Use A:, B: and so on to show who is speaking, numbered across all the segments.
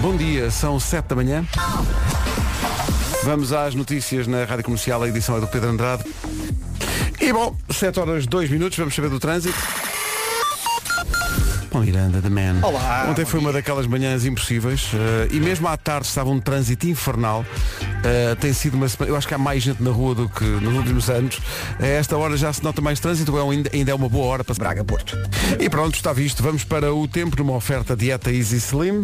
A: Bom dia, são 7 da manhã. Vamos às notícias na Rádio Comercial, a edição é do Pedro Andrade. E bom, 7 horas 2 minutos, vamos saber do trânsito. Paulo Miranda, the man.
B: Olá,
A: Ontem
B: bom
A: foi uma daquelas manhãs impossíveis eh, e mesmo à tarde estava um trânsito infernal. Eh, tem sido uma semana, eu acho que há mais gente na rua do que nos últimos anos. A esta hora já se nota mais trânsito, é um- ainda ainda é uma boa hora para Braga Porto. E pronto, está visto. Vamos para o tempo numa oferta dieta Easy Slim.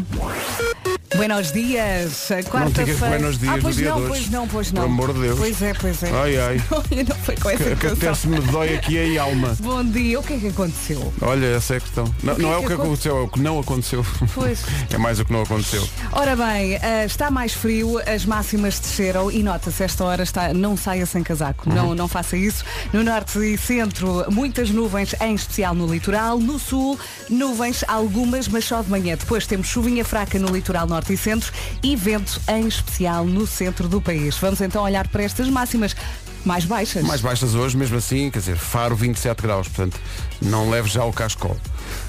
C: Buenos dias, a
A: Não digas
C: quarta-feira.
A: buenos dias
C: ah, pois
A: no dia
C: não,
A: de hoje.
C: pois não, pois não.
A: Por amor de Deus.
C: Pois é, pois é.
A: Ai, ai.
C: Olha, não foi com essa
A: Que, que até se
C: canção.
A: me dói aqui a alma.
C: Bom dia, o que é que aconteceu?
A: Olha, essa é a questão. Não, não é o que aconteceu, é o que não aconteceu.
C: Pois.
A: É mais o que não aconteceu.
C: Ora bem, ah, está mais frio, as máximas desceram e nota-se esta hora está, não saia sem casaco,
A: Uhum.
C: não, não faça isso. No norte e centro, muitas nuvens, em especial no litoral. No sul, nuvens, algumas, mas só de manhã. Depois temos chuvinha fraca no litoral norte e centro e vento, em especial no centro do país. Vamos então olhar para estas máximas mais baixas.
A: Mais baixas hoje, mesmo assim, quer dizer, Faro 27 graus, portanto, não leve já o cascol.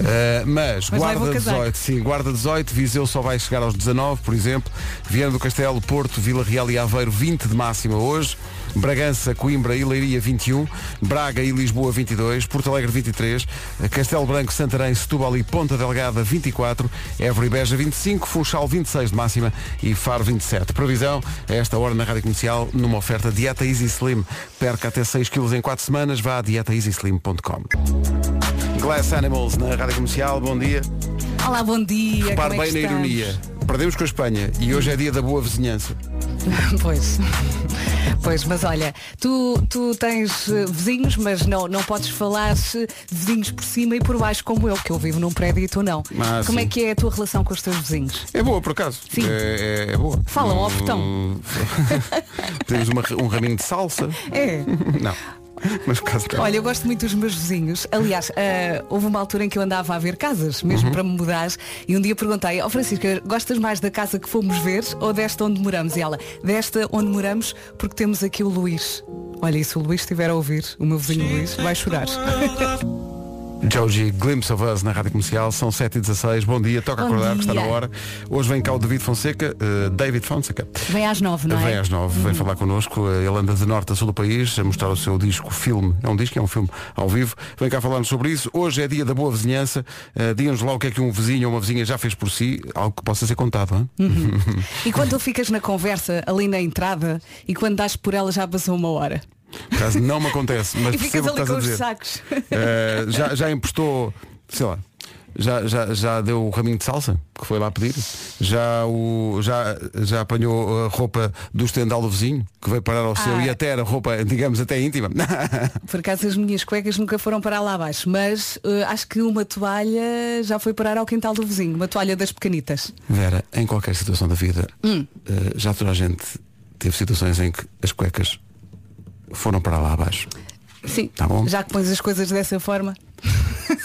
A: Uh, mas,
C: Mas leva o
A: Guarda
C: casaco.
A: 18, sim, Guarda 18, Viseu só vai chegar aos 19, por exemplo. Viana do Castelo, Porto, Vila Real e Aveiro 20 de máxima hoje. Bragança, Coimbra e Leiria 21, Braga e Lisboa 22, Porto Alegre 23, Castelo Branco, Santarém, Setúbal e Ponta Delgada 24, Évora e Beja 25, Funchal 26 de máxima e Faro 27. Previsão, a esta hora na Rádio Comercial, numa oferta Dieta Easy Slim. Perca até 6 quilos em 4 semanas, vá a dietaeasyslim.com. Glass Animals na Rádio Comercial, bom dia.
C: Olá, bom dia.
A: Repare
C: como é
A: bem
C: que
A: na
C: estamos?
A: ironia. Perdemos com a Espanha e hoje é dia da boa vizinhança.
C: Pois. Pois, mas olha, tu, tu tens eh, vizinhos, mas não, não podes falar se vizinhos por cima e por baixo como eu, que eu vivo num prédio e tu não.
A: Ah,
C: como
A: sim.
C: é que é a tua relação com os teus vizinhos?
A: É boa, por acaso.
C: Sim.
A: É, é- é boa.
C: Falam ao
A: Hum,
C: botão.
A: Temos uma- um raminho de salsa.
C: É.
A: Não. Mas por acaso não.
C: Olha, eu gosto muito dos meus vizinhos. Aliás, ah, houve uma altura em que eu andava a ver casas,
A: Uhum.
C: mesmo para me mudar, e um dia perguntei, ó Francisca, gostas mais da casa que fomos ver ou desta onde moramos? E ela, desta onde moramos, porque temos aqui o Luís. Olha, e se o Luís estiver a ouvir, o meu vizinho Luís, vai chorar.
A: Joji, Glimpse of Us na Rádio Comercial, são 7h16, bom dia, toca
C: Bom
A: acordar que está na
C: dia.
A: hora. Hoje vem cá o David Fonseca, eh, David Fonseca.
C: Vem às nove, não é?
A: Vem às nove, vem falar connosco. eh, Ele anda de norte a sul do país a mostrar o seu disco filme. É um disco, é um filme ao vivo. Vem cá falar-nos sobre isso. Hoje é dia da boa vizinhança. Eh, Diga-nos lá o que é que um vizinho ou uma vizinha já fez por si, algo que possa ser contado. Hein?
C: E quando tu ficas na conversa, ali na entrada, e quando das por ela já passou uma hora.
A: Por acaso não me acontece, mas
C: e ficas
A: percebo o que
C: ali
A: estás a
C: com os
A: dizer.
C: sacos.
A: Eh, já, já emprestou, sei lá, já, já, já deu o raminho de salsa que foi lá pedir? Já, o, já, já apanhou a roupa do estendal do vizinho, que veio parar ao seu
C: Ah.
A: e até era roupa, digamos, até íntima.
C: Por acaso as minhas cuecas nunca foram parar lá abaixo, mas eh, acho que uma toalha já foi parar ao quintal do vizinho, uma toalha das pequenitas. Hum,
A: Vera, em qualquer situação da vida, eh, já toda a gente teve situações em que as cuecas foram para lá abaixo.
C: Sim.
A: Tá bom.
C: Já que pões as coisas dessa forma.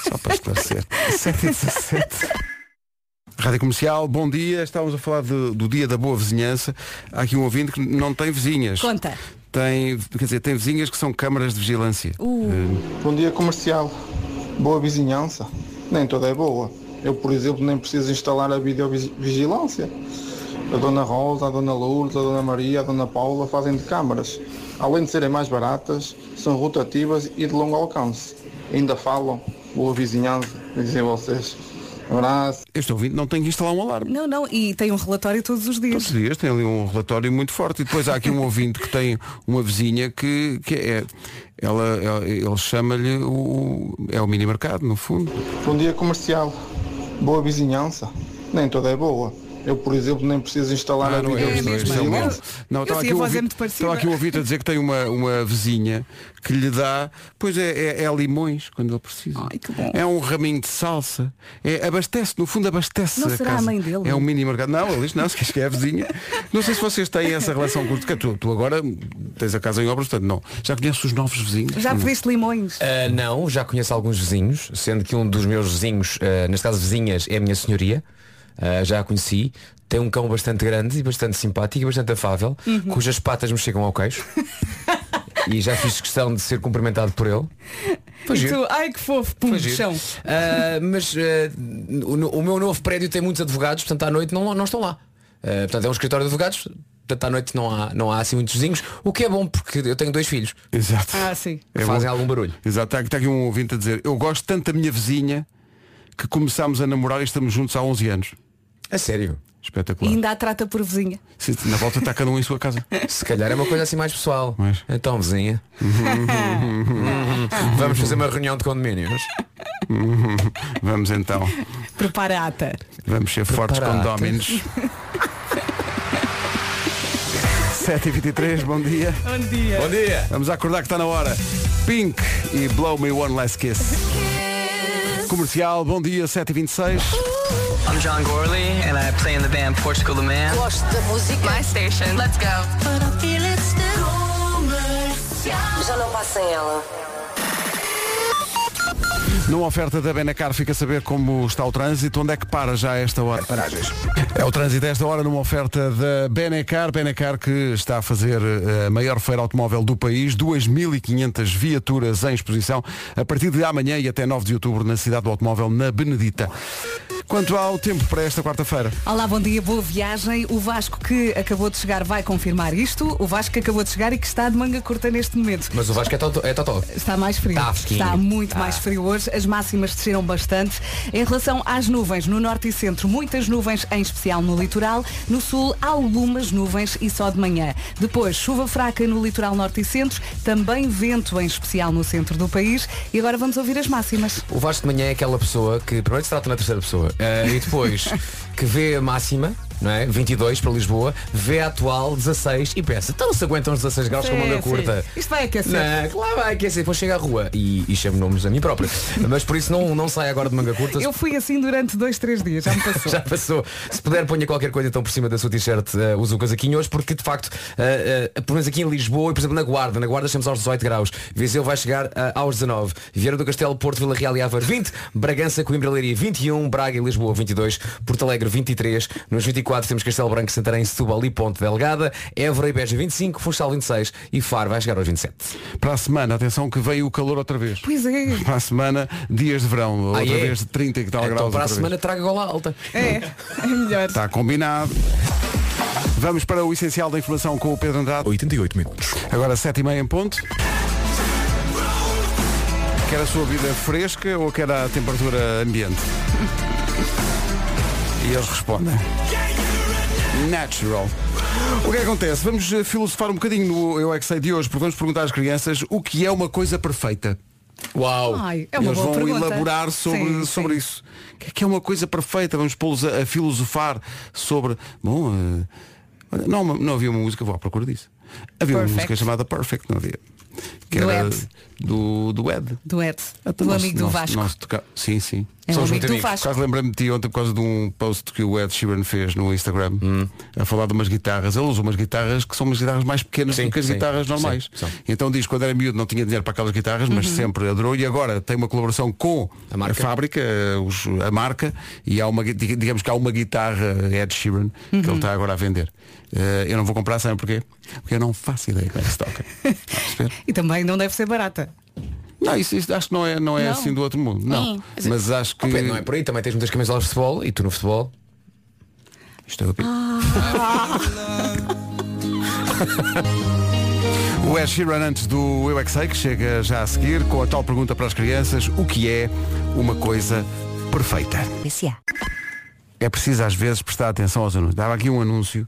A: Só para esclarecer. 7 e 17. Rádio Comercial, bom dia. Estávamos a falar de- do dia da boa vizinhança. Há aqui um ouvinte que não tem vizinhas.
C: Conta.
A: Tem, quer dizer, tem vizinhas que são câmaras de vigilância. Eh,
D: Bom dia comercial. Boa vizinhança. Nem toda é boa. Eu, por exemplo, nem preciso instalar a videovigilância. A Dona Rosa, a Dona Lourdes, a Dona Maria, a Dona Paula fazem de câmaras. Além de serem mais baratas, são rotativas e de longo alcance. Ainda falam. Boa vizinhança, dizem vocês. Abraço.
A: Este ouvinte não tem que instalar um alarme.
C: Não, não, e tem um relatório todos os
A: Todos
C: dias.
A: os dias tem ali um relatório muito forte. E depois há aqui um ouvinte que tem uma vizinha que, que é. Ela, ela- ele chama-lhe o. É o mini mercado, no fundo.
D: Bom dia comercial. Boa vizinhança. Nem toda é boa. Eu, por exemplo, nem preciso instalar a
A: não é,
C: É
A: os dois,
C: mesmo,
A: são
C: é
A: eles.
C: mesmo.
A: Não,
C: Eu
A: estava
C: sei,
A: aqui,
C: a
A: um
C: voz é
A: ouvinte,
C: muito parecida.
A: estava aqui um ouvinte a dizer que tem uma, uma vizinha que lhe dá, pois é, é- é limões quando ele precisa.
C: Ai, que bom.
A: É um raminho de salsa. É, abastece, no fundo abastece.
C: Não
A: a
C: será a
A: casa.
C: mãe dele?
A: É um mini mercado. Não, ele diz, não, se queres que é a vizinha. Não sei se vocês têm essa relação com o tu, tu agora tens a casa em obras, portanto, não. Já conheces os novos vizinhos?
C: Já
A: Não.
C: pediste
A: É,
C: limões.
B: Ah, não, já conheço alguns vizinhos, sendo que um dos meus vizinhos, ah, neste caso vizinhas, é a minha senhoria. Ah, já a conheci. Tem um cão bastante grande e bastante simpático e bastante afável,
C: Uhum.
B: cujas patas me chegam ao queixo. e já fiz questão de ser cumprimentado por ele. Foi
C: e
B: giro.
C: tu, ai que fofo, pum,
B: Foi giro.
C: chão.
B: Ah, mas ah, o, o meu novo prédio tem muitos advogados, portanto à noite não, não estão lá. Ah, portanto é um escritório de advogados, portanto à noite não há, não há assim muitos vizinhos, o que é bom porque eu tenho dois filhos
A: Exato.
C: Ah, sim.
B: que
A: É
B: fazem
A: bom.
B: algum barulho.
A: Exato, está aqui, tá aqui um ouvinte a dizer, eu gosto tanto da minha vizinha que começámos a namorar e estamos juntos há 11 anos.
B: A sério.
C: E
A: Espetacular.
C: ainda a trata por vizinha.
A: Sim, Na volta está cada um em sua casa.
B: Se calhar é uma coisa assim mais pessoal.
A: Mas-
B: Então vizinha. Vamos fazer uma reunião de condomínios.
A: Vamos então.
C: Prepara a ata.
A: Vamos ser fortes
B: Preparado.
A: condóminos. 7h23, bom dia.
C: Bom dia.
B: Bom dia!
A: Vamos acordar que está na hora. Pink e Blow Me One Last Kiss. Comercial, bom dia, 7h26.
E: I'm John Gorley, and I play in the band Portugal the Man.
F: Gosto da música.
G: My station. Let's go.
F: Já não passa em ela.
A: Numa oferta da Benacar, fica a saber como está o trânsito, onde é que para já a esta hora. Paragens. É o trânsito a esta hora numa oferta da Benacar, Benacar que está a fazer eh, a maior feira automóvel do país, 2.500 viaturas em exposição, a partir de amanhã e até 9 de outubro na cidade do automóvel, na Benedita. Quanto ao tempo para esta quarta-feira?
C: Olá, bom dia, boa viagem. O Vasco que acabou de chegar vai confirmar isto. O Vasco que acabou de chegar e que está de manga curta neste momento.
B: Mas o Vasco é totó. É totó.
C: Está mais frio.
B: Está Tá fresquinho.
C: muito
B: Está.
C: mais frio hoje. As máximas desceram bastante. Em relação às nuvens, no norte e centro, muitas nuvens, em especial no litoral. No sul, algumas nuvens e só de manhã. Depois, chuva fraca no litoral norte e centro. Também vento, em especial no centro do país. E agora vamos ouvir as máximas.
B: O Vasco de manhã é aquela pessoa que primeiro se trata na terceira pessoa eh, e depois que vê a máxima, não é? 22 para Lisboa, vê a atual 16 e pensa, então não se aguentam os 16 graus com a manga
C: Sim,
B: curta.
C: sim. Isto vai aquecer.
B: Não, claro vai aquecer, depois chega à rua e, e chamo nomes a mim próprio. Mas por isso não, não sai agora de manga curta.
C: Eu fui assim durante dois, três dias. Já me passou.
B: Já passou. Se puder, ponha qualquer coisa então por cima da sua t-shirt, eh, use o casaquinho hoje, porque de facto, eh, eh, pelo menos aqui em Lisboa e por exemplo na Guarda, na Guarda estamos aos 18 graus, Viseu vai chegar eh, aos 19, Vieira do Castelo, Porto, Vila Real e Aveiro 20, Bragança, Coimbra, Leiria 21, Braga e Lisboa 22, Porto Alegre 23, nos 24 temos Castelo Branco, Santarém, Setúbal e Ponte Delgada, Évora e Beja 25, Funchal 26 e Faro vai chegar aos 27.
A: Para a semana, atenção que veio o calor outra vez.
C: Pois é.
A: Para a semana, dias de verão, outra
B: Ah, é?
A: vez de 30 e tal
B: Então
A: graus.
B: para a
A: outra vez.
B: semana traga gola alta.
C: É, é melhor.
A: Está combinado. Vamos para o essencial da informação com o Pedro Andrade.
H: 88 minutos.
A: Agora 7 e meia em ponto. Quer a sua vida fresca ou quer a temperatura ambiente? E eles respondem. Natural. O que é que acontece? Vamos eh, filosofar um bocadinho no Eu É Que Sei de hoje, porque vamos perguntar às crianças o que é uma coisa perfeita.
B: Uau!
C: Ai, é uma
A: Eles
C: boa
A: vão
C: pergunta.
A: elaborar sobre,
C: Sim,
A: sobre
C: sim.
A: isso. O que é que é uma coisa perfeita? Vamos pô-los a, a filosofar sobre. Bom, eh, olha, não, não havia uma música, vou à procura disso. Havia uma
C: Perfect.
A: música chamada Perfect, não havia? Que
C: Do
A: era
C: Ed.
A: do, do Ed.
C: Do Ed,
A: Até
C: do
A: Ah, nós-
C: amigo do
A: nós-
C: Vasco.
A: nós toca- Sim, sim.
C: É um
B: Somos muito
C: amigo do
B: amigos.
A: Por
C: Vasco.
A: acaso lembrei-me de ti ontem por causa de um post que o Ed Sheeran fez no Instagram
C: Hum.
A: a falar de umas guitarras. Ele usa umas guitarras que são umas guitarras mais pequenas
B: Sim,
A: do que as
B: sim,
A: guitarras normais.
B: sim, são.
A: então diz que quando era miúdo não tinha dinheiro para aquelas guitarras,
C: Uhum.
A: mas sempre adorou e agora tem uma colaboração com
B: A
A: a,
B: marca.
A: fábrica, eh, os- a marca, e há uma gui- dig- digamos que há uma guitarra Ed Sheeran
C: Uhum.
A: que ele está agora a vender. Eh, eu não vou comprar, sabem porquê? Porque eu não faço ideia como é que se toca. Está a perceber?
C: E também não deve ser barata.
A: não, isso, isso acho que não é, não é
C: Não.
A: assim do outro mundo. Não. Mas acho que.
B: Ah, Pedro, não é por aí, também tens muitas camisolas de futebol e tu no futebol.
A: Isto é o quê? O Ed Sheeran antes do Eu é que Sei, que chega já a seguir com a tal pergunta para as crianças, o que é uma coisa perfeita? É preciso às vezes prestar atenção aos anúncios. Dava aqui um anúncio.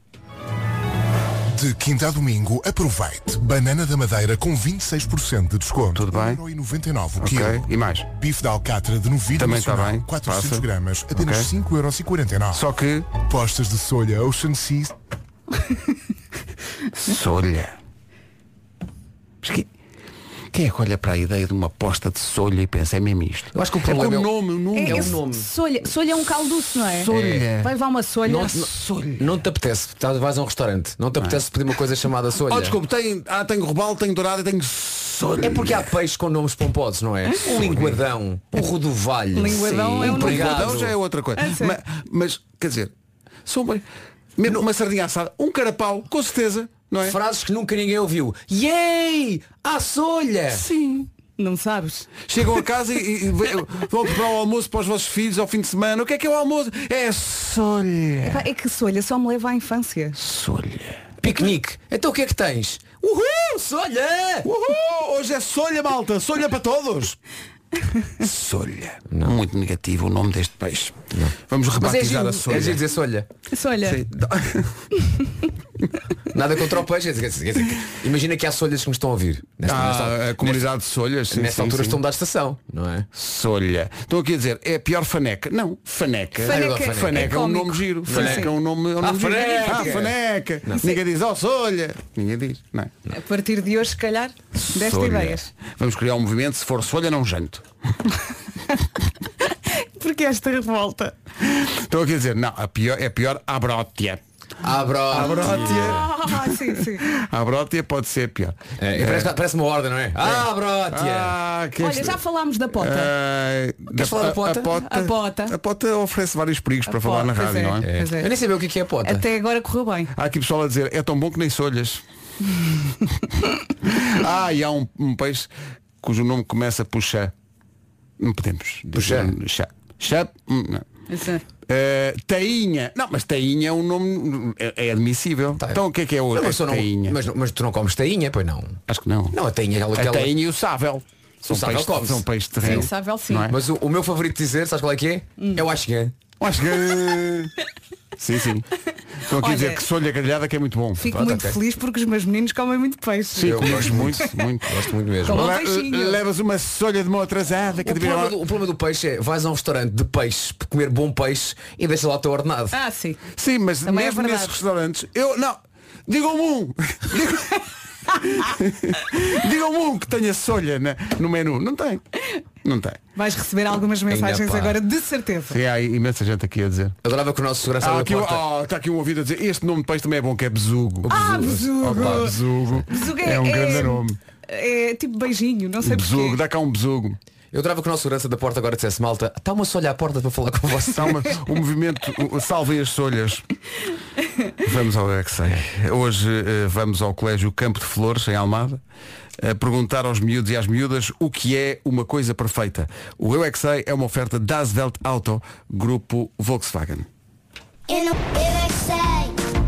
H: De quinta a domingo, aproveite. Banana da Madeira com 26% de desconto.
A: Tudo bem.
H: 1,99€ o
A: Ok.
H: quilo.
A: E mais.
H: Bife de alcatra de novilho
A: Também está
H: nacional,
A: bem.
H: 400
A: Passa.
H: gramas, apenas
A: Ok.
H: 5,49€.
A: Só que.
H: Postas de solha Ocean Sea.
A: Solha. Mas que- Quem é que olha para a ideia de uma posta de solha e pensa, é mesmo isto?
B: Eu acho que o
A: é
B: problema
A: como
B: é o-
A: nome, o nome.
B: É o
C: esse-
B: nome.
C: Solha, solha é um calduço, não é?
A: Solha.
C: Vai levar uma solha.
B: Não, não, não te apetece, tá- vais a um restaurante, não te apetece pedir uma coisa chamada solha.
A: é? Oh, desculpe, tem, ah, tenho robalo, tenho dourado e tenho solha.
B: É porque há peixes com nomes pomposos, não é? O linguadão, o rodovalho.
C: Linguadão é um nome.
B: empregado.
A: Linguadão já é outra coisa.
C: Ah, sim.
A: Ma- mas, quer dizer, são bem- mesmo uma sardinha assada, um carapau, com certeza, não é?
B: Frases que nunca ninguém ouviu. Yay! À solha!
A: Sim.
C: Não sabes?
A: Chegam a casa e, e- e vão preparar o almoço para os vossos filhos ao fim de semana. O que é que é o almoço? É solha.
C: Pá, é que solha só me leva à infância.
A: Solha.
B: Piquenique. Então o que é que tens? Uhul, solha!
A: Uhul! Hoje é solha, malta. Solha para todos. Solha. Muito negativo o nome deste peixe. Vamos
B: Mas é
A: rebatizar
B: giro,
A: a solha.
B: é giro dizer solha.
C: Solha.
A: Sim.
B: Nada contra o peixe. quer dizer, quer dizer, que- imagina que há solhas que nos estão a ouvir. Nesta,
A: Ah,
B: nesta-
A: a comunidade de solhas. Sim,
B: nesta
A: sim,
B: altura
A: sim.
B: estão da estação, não é?
A: Solha. Estou aqui a dizer, é a pior faneca. Não, faneca.
C: Faneca.
A: Ah, faneca. Faneca é, um
C: Cômico.
A: nome giro.
C: Não é?
A: Faneca é um nome, é um
B: Ah,
A: nome giro.
B: faneca.
A: Ah, faneca. Ninguém diz, oh, solha. Ninguém diz. Não. é?
C: A partir de hoje, se calhar, deste
A: Solha.
C: ideias.
A: Vamos criar um movimento, se for solha, não janto.
C: Porque esta revolta.
A: Estou aqui a dizer, não, a pior, é pior a brótia.
B: Abro.
A: brótia.
C: Ah, sim, sim.
A: A brótia pode ser pior.
B: É, parece, parece uma ordem, não é? Abro-tia!
A: Ah, que
C: Olha,
A: este-
C: já falámos da pota.
A: Ah, da-
B: falar da pota?
A: A pota,
C: A pota.
A: a pota oferece vários perigos para falar
C: pota,
A: na
C: pois
A: rádio,
C: é.
A: não é?
C: É. Pois
B: Eu nem sabia o que é que é pota.
C: Até agora correu bem.
A: Há aqui pessoal a dizer, é tão bom que nem solhas. ah, e há um, um peixe cujo nome começa por chá. Não podemos. dizer Chá. Chá. hum, não.
C: Sim.
A: Eh, tainha. Não, mas tainha é um nome. É, é admissível. Então o que é que é
B: Não,
A: hoje?
B: Tá. mas, tu não-
A: tainha.
B: mas- mas tu não comes tainha, pois não.
A: Acho que não.
B: Não, a tainha é aquela.
A: a tainha e o sável. São
B: sável
A: peixes-
B: come-se.
A: São peixes de terreno.
C: Sim, o sável sim.
A: Não é?
B: Mas o, o meu favorito de dizer, sabes qual é que é?
C: Hum.
B: É o Axigã.
A: Acho que. sim, sim. Estão aqui a
C: Olha-
A: dizer que solha grelhada que é muito bom.
C: Fico
B: Pronto,
C: muito
B: ok.
C: feliz porque os meus meninos comem muito peixe.
A: Sim,
B: Eu
A: comemos
B: gosto
A: muito, muito.
B: Gosto muito mesmo.
C: Como um
A: Le-
C: peixinho.
A: levas uma solha de mão atrasada que
B: O
A: devia
B: problema, do, o problema do peixe é vais a um restaurante de peixe para comer bom peixe e deixa lá o teu ordenado.
C: Ah, sim.
A: Sim, mas
C: Também é
A: mesmo
C: verdade.
A: nesses restaurantes, eu não, digam-me um. Digam- Digam-me um que tenha solha na- no menu. Não tem. Não tem.
C: Vais receber algumas mensagens
B: pá.
C: agora, de certeza.
A: Sim, há imensa gente aqui a dizer.
B: Adorava que o nosso segurança
A: Está
B: abriu
A: aqui,
B: a
A: um-
B: porta.
A: oh, está aqui um ouvido a dizer, este nome de peixe também é bom, que é bezugo.
C: Ah, besugo.
A: Opa, bezugo.
C: Besugo
A: É um grande nome.
C: É tipo beijinho, não sei
A: Bezugo,
C: porquê.
A: dá cá um bezugo.
B: Eu adorava que o nosso segurança da porta agora dissesse malta, está uma solha à porta para falar com você.
A: Há uma- um movimento, o- salvem as solhas. Vamos ao Eu que sei. Hoje eh, vamos ao Colégio Campo de Flores, em Almada, a perguntar aos miúdos e às miúdas o que é uma coisa perfeita. O Eu é que sei é uma oferta Das Welt Auto, grupo Volkswagen.
G: Eu não. Eu é que sei.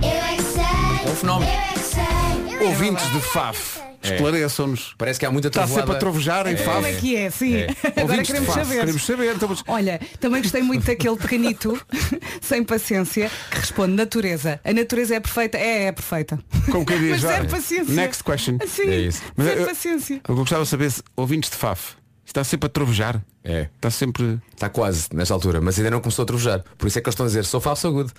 G: Eu é que sei.
B: É um fenómeno.
G: Eu é que sei. Eu é que
A: Ouvintes de
G: sei,
A: FAF,
G: eu é que sei.
A: esclareçam-nos.
B: Parece que há muita
A: Está
B: trovoada.
A: sempre a trovejar em
C: Como
A: FAF.
C: é que é? Sim. Agora
A: Ouvintes de
C: queremos
A: FAF,
C: saber. Oh,
A: Queremos saber. então Estamos-
C: Olha, também gostei muito daquele pequenito, sem paciência, que responde natureza. A natureza é perfeita? É, é perfeita.
A: Como quem diz,
C: Mas
A: já.
C: zero paciência.
A: Next question.
C: Sim,
B: É isso.
A: Mas
C: zero
A: eu-
C: paciência.
A: Eu gostava de saber se ouvintes de FAF está sempre a trovejar.
B: É.
A: Está sempre.
B: Está Tá quase nesta altura, mas ainda não começou a trovejar. Por isso é que eles estão a dizer, sou Fábio, sou good.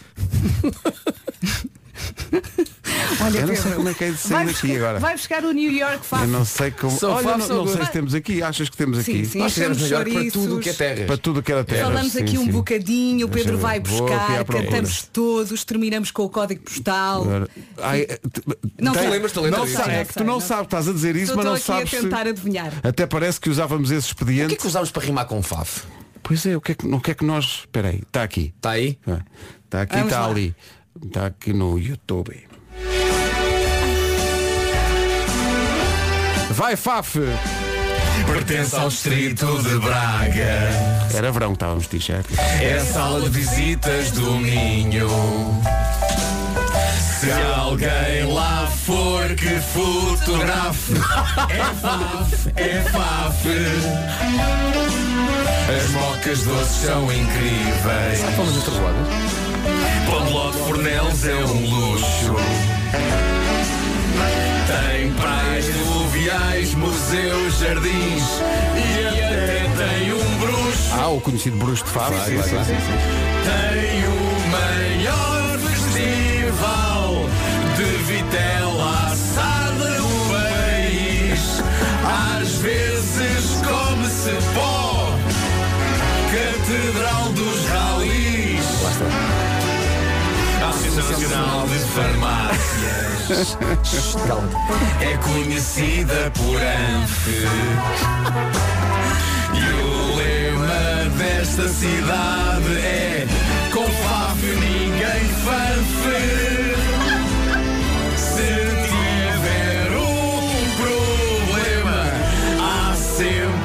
C: Olha,
A: Eu não
C: Pedro,
A: sei como é que é de sair
C: vai
A: daqui
C: buscar,
A: agora.
C: Vai buscar o New York
A: Eu
C: Faf.
A: não sei como.
B: Sou
A: Olha,
B: fã,
A: não,
B: sou
A: não
B: good.
A: sei se temos aqui. Achas que temos aqui?
C: sim.
B: Nós fizemos
C: Enchemos
B: melhor para
C: chouriços.
B: tudo o que é terras.
A: Para tudo que era terra.
C: Falamos
A: sim,
C: aqui um
A: sim.
C: bocadinho, o Pedro
A: eu-
C: vai
A: vou aqui à
C: buscar,
A: procura.
C: cantamos todos, terminamos com o código postal.
A: Agora- Ai, eh, t-
C: Não
A: tem-
C: sei.
B: lembras, tu lembras
A: Não
B: disso?
A: sabes,
C: Sei,
A: é que tu
C: sei,
A: não
C: não-
A: sabes, estás a dizer isso,
C: Estou
A: mas não
C: aqui
A: sabes.
C: a
A: se-
C: tentar adivinhar.
A: Até parece que usávamos esse
B: O que é
A: expediente.
B: que usámos para rimar com Faf?
A: Pois é, o que é que, o que, é que nós. Espera aí, está aqui. Ah,
B: Está Tá aí?
A: Está aqui,
C: Vamos
A: está
C: lá.
A: ali. Está aqui no YouTube. Vai, Faf!
I: Pertence ao distrito de Braga.
A: Era verão que estávamos de t-shirt.
I: É a sala de visitas do Minho. Se alguém lá for que fotografe, é faf, é faf. As mocas doces são incríveis.
B: Fomos nas trovoadas.
I: Pão de ló de fornelos é um luxo. Tem praias fluviais, museus, jardins e até tem um bruxo.
A: Ah, o conhecido bruxo de Faf. sim, sim, sim.
I: Tem o maior festival de vitela assada no país. Às vezes come-se pó. Catedral dos Ralis. A Associação Nacional de Farmácias é conhecida por ANFE. E o lema desta cidade é Com FAF ninguém fanfe. Se tiver um problema, há sempre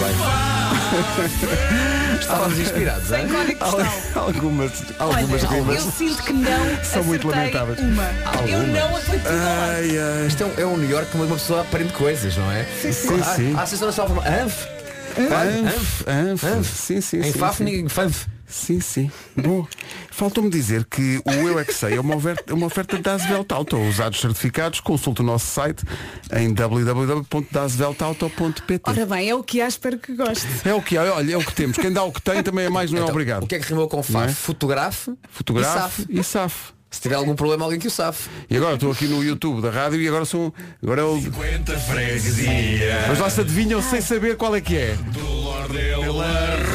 B: bem. Estávamos inspirados,
C: Sem
B: hein?
C: código
A: Al-
C: postal.
A: algumas algumas
C: Olha,
A: rimas.
C: eu sinto que não
A: São muito
C: acertei
A: lamentáveis.
C: Uma. Eu
B: Algumas.
C: não acertei uma.
A: Ai, ai.
B: Isto é um, é um New York onde uma pessoa aprende coisas, não é? Sim,
A: sim.
B: Ah,
A: Sim, sim.
B: A Associação Nacional de Forma- Anf?
A: Anf, anf,
B: Anf.
A: Sim, sim,
B: Em
A: sim,
B: Faf,
A: sim.
B: ninguém- Então, Fanf.
A: Sim, sim. Bom, faltou-me dizer que o Eu É Que Sei é uma oferta, uma oferta da Asvelt Auto. Usados certificados, consulte o nosso site em www.dasveltauto.pt
C: Ora bem, é o que há, espero que goste.
A: É o que há, olha, é o que temos. Quem dá o que tem também é mais, não é
B: Então,
A: obrigado.
B: O que é que rimou com
A: Não
B: Faf?
A: é?
B: Fotografe, e
A: Fotógrafo
B: safe.
A: e SAF.
B: Se tiver algum problema, alguém que o safe.
A: E agora estou aqui no YouTube da rádio e agora sou. um- Agora eu.
I: Aguenta freguesia
A: Mas lá se adivinham sem saber qual é que é.
I: do Lordela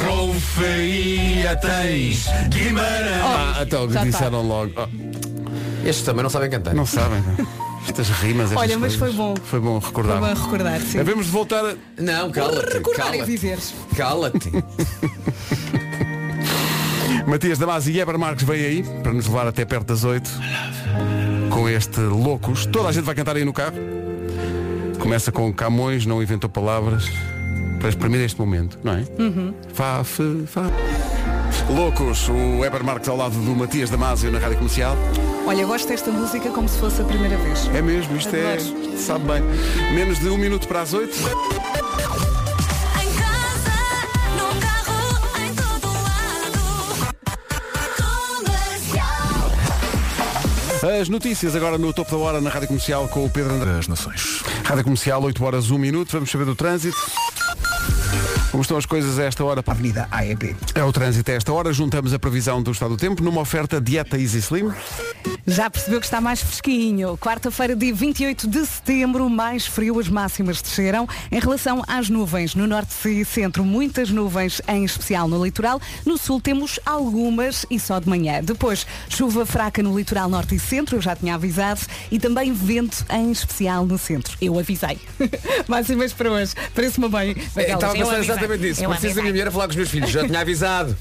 I: Ronfaia tens Guimarães
A: Ah, então
C: já
A: disseram logo. Ah,
B: Estes também não sabem cantar.
A: não sabem. não. Estas rimas, estas
C: Olha, mas
A: coisas.
C: foi bom.
A: Foi bom
C: Foi
A: recordar.
C: bom recordar, sim.
A: Havemos de voltar Tá. a.
B: Não, cala-te.
C: Recordar e
B: Cala-te.
C: viveres.
B: Cala-te.
A: Matias Damas e Eber Marques vem aí para nos levar até perto das 8 com este Loucos. Toda a gente vai cantar aí no carro. Começa com Camões, não inventou palavras para exprimir este momento, não é? Uhum. Fá, fe, fá. Loucos, o Eber Marques ao lado do Matias Damasio na Rádio Comercial.
C: Olha, eu gosto desta música como se fosse a primeira vez.
A: É mesmo, isto é.
C: Adoro.
A: Sabe bem. Menos de um minuto para as 8.
F: Em casa, no carro, em todo lado. Comercial.
A: As notícias agora no topo da hora na Rádio Comercial com o Pedro André.
I: das Nações
A: Rádio Comercial, 8 horas, 1 minuto. Vamos saber do trânsito. Como estão as coisas a esta hora?
J: Avenida AEB.
A: É o trânsito a esta hora. Juntamos a previsão do estado do tempo numa oferta Dieta Easy Slim.
C: Já percebeu que está mais fresquinho. Quarta-feira, dia 28 de setembro, mais frio, as máximas desceram. Em relação às nuvens, no norte e centro, muitas nuvens, em especial no litoral. No sul temos algumas e só de manhã. Depois, chuva fraca no litoral norte e centro, eu já tinha avisado. E também vento, em especial no centro. Eu avisei. máximas para hoje. Parece-me bem.
B: É, Estava a pensar
C: Aquelas, eu avisei.
B: exatamente nisso.
C: Eu
B: Preciso da minha
C: avisei.
B: mulher a falar com os meus filhos. Já tinha avisado.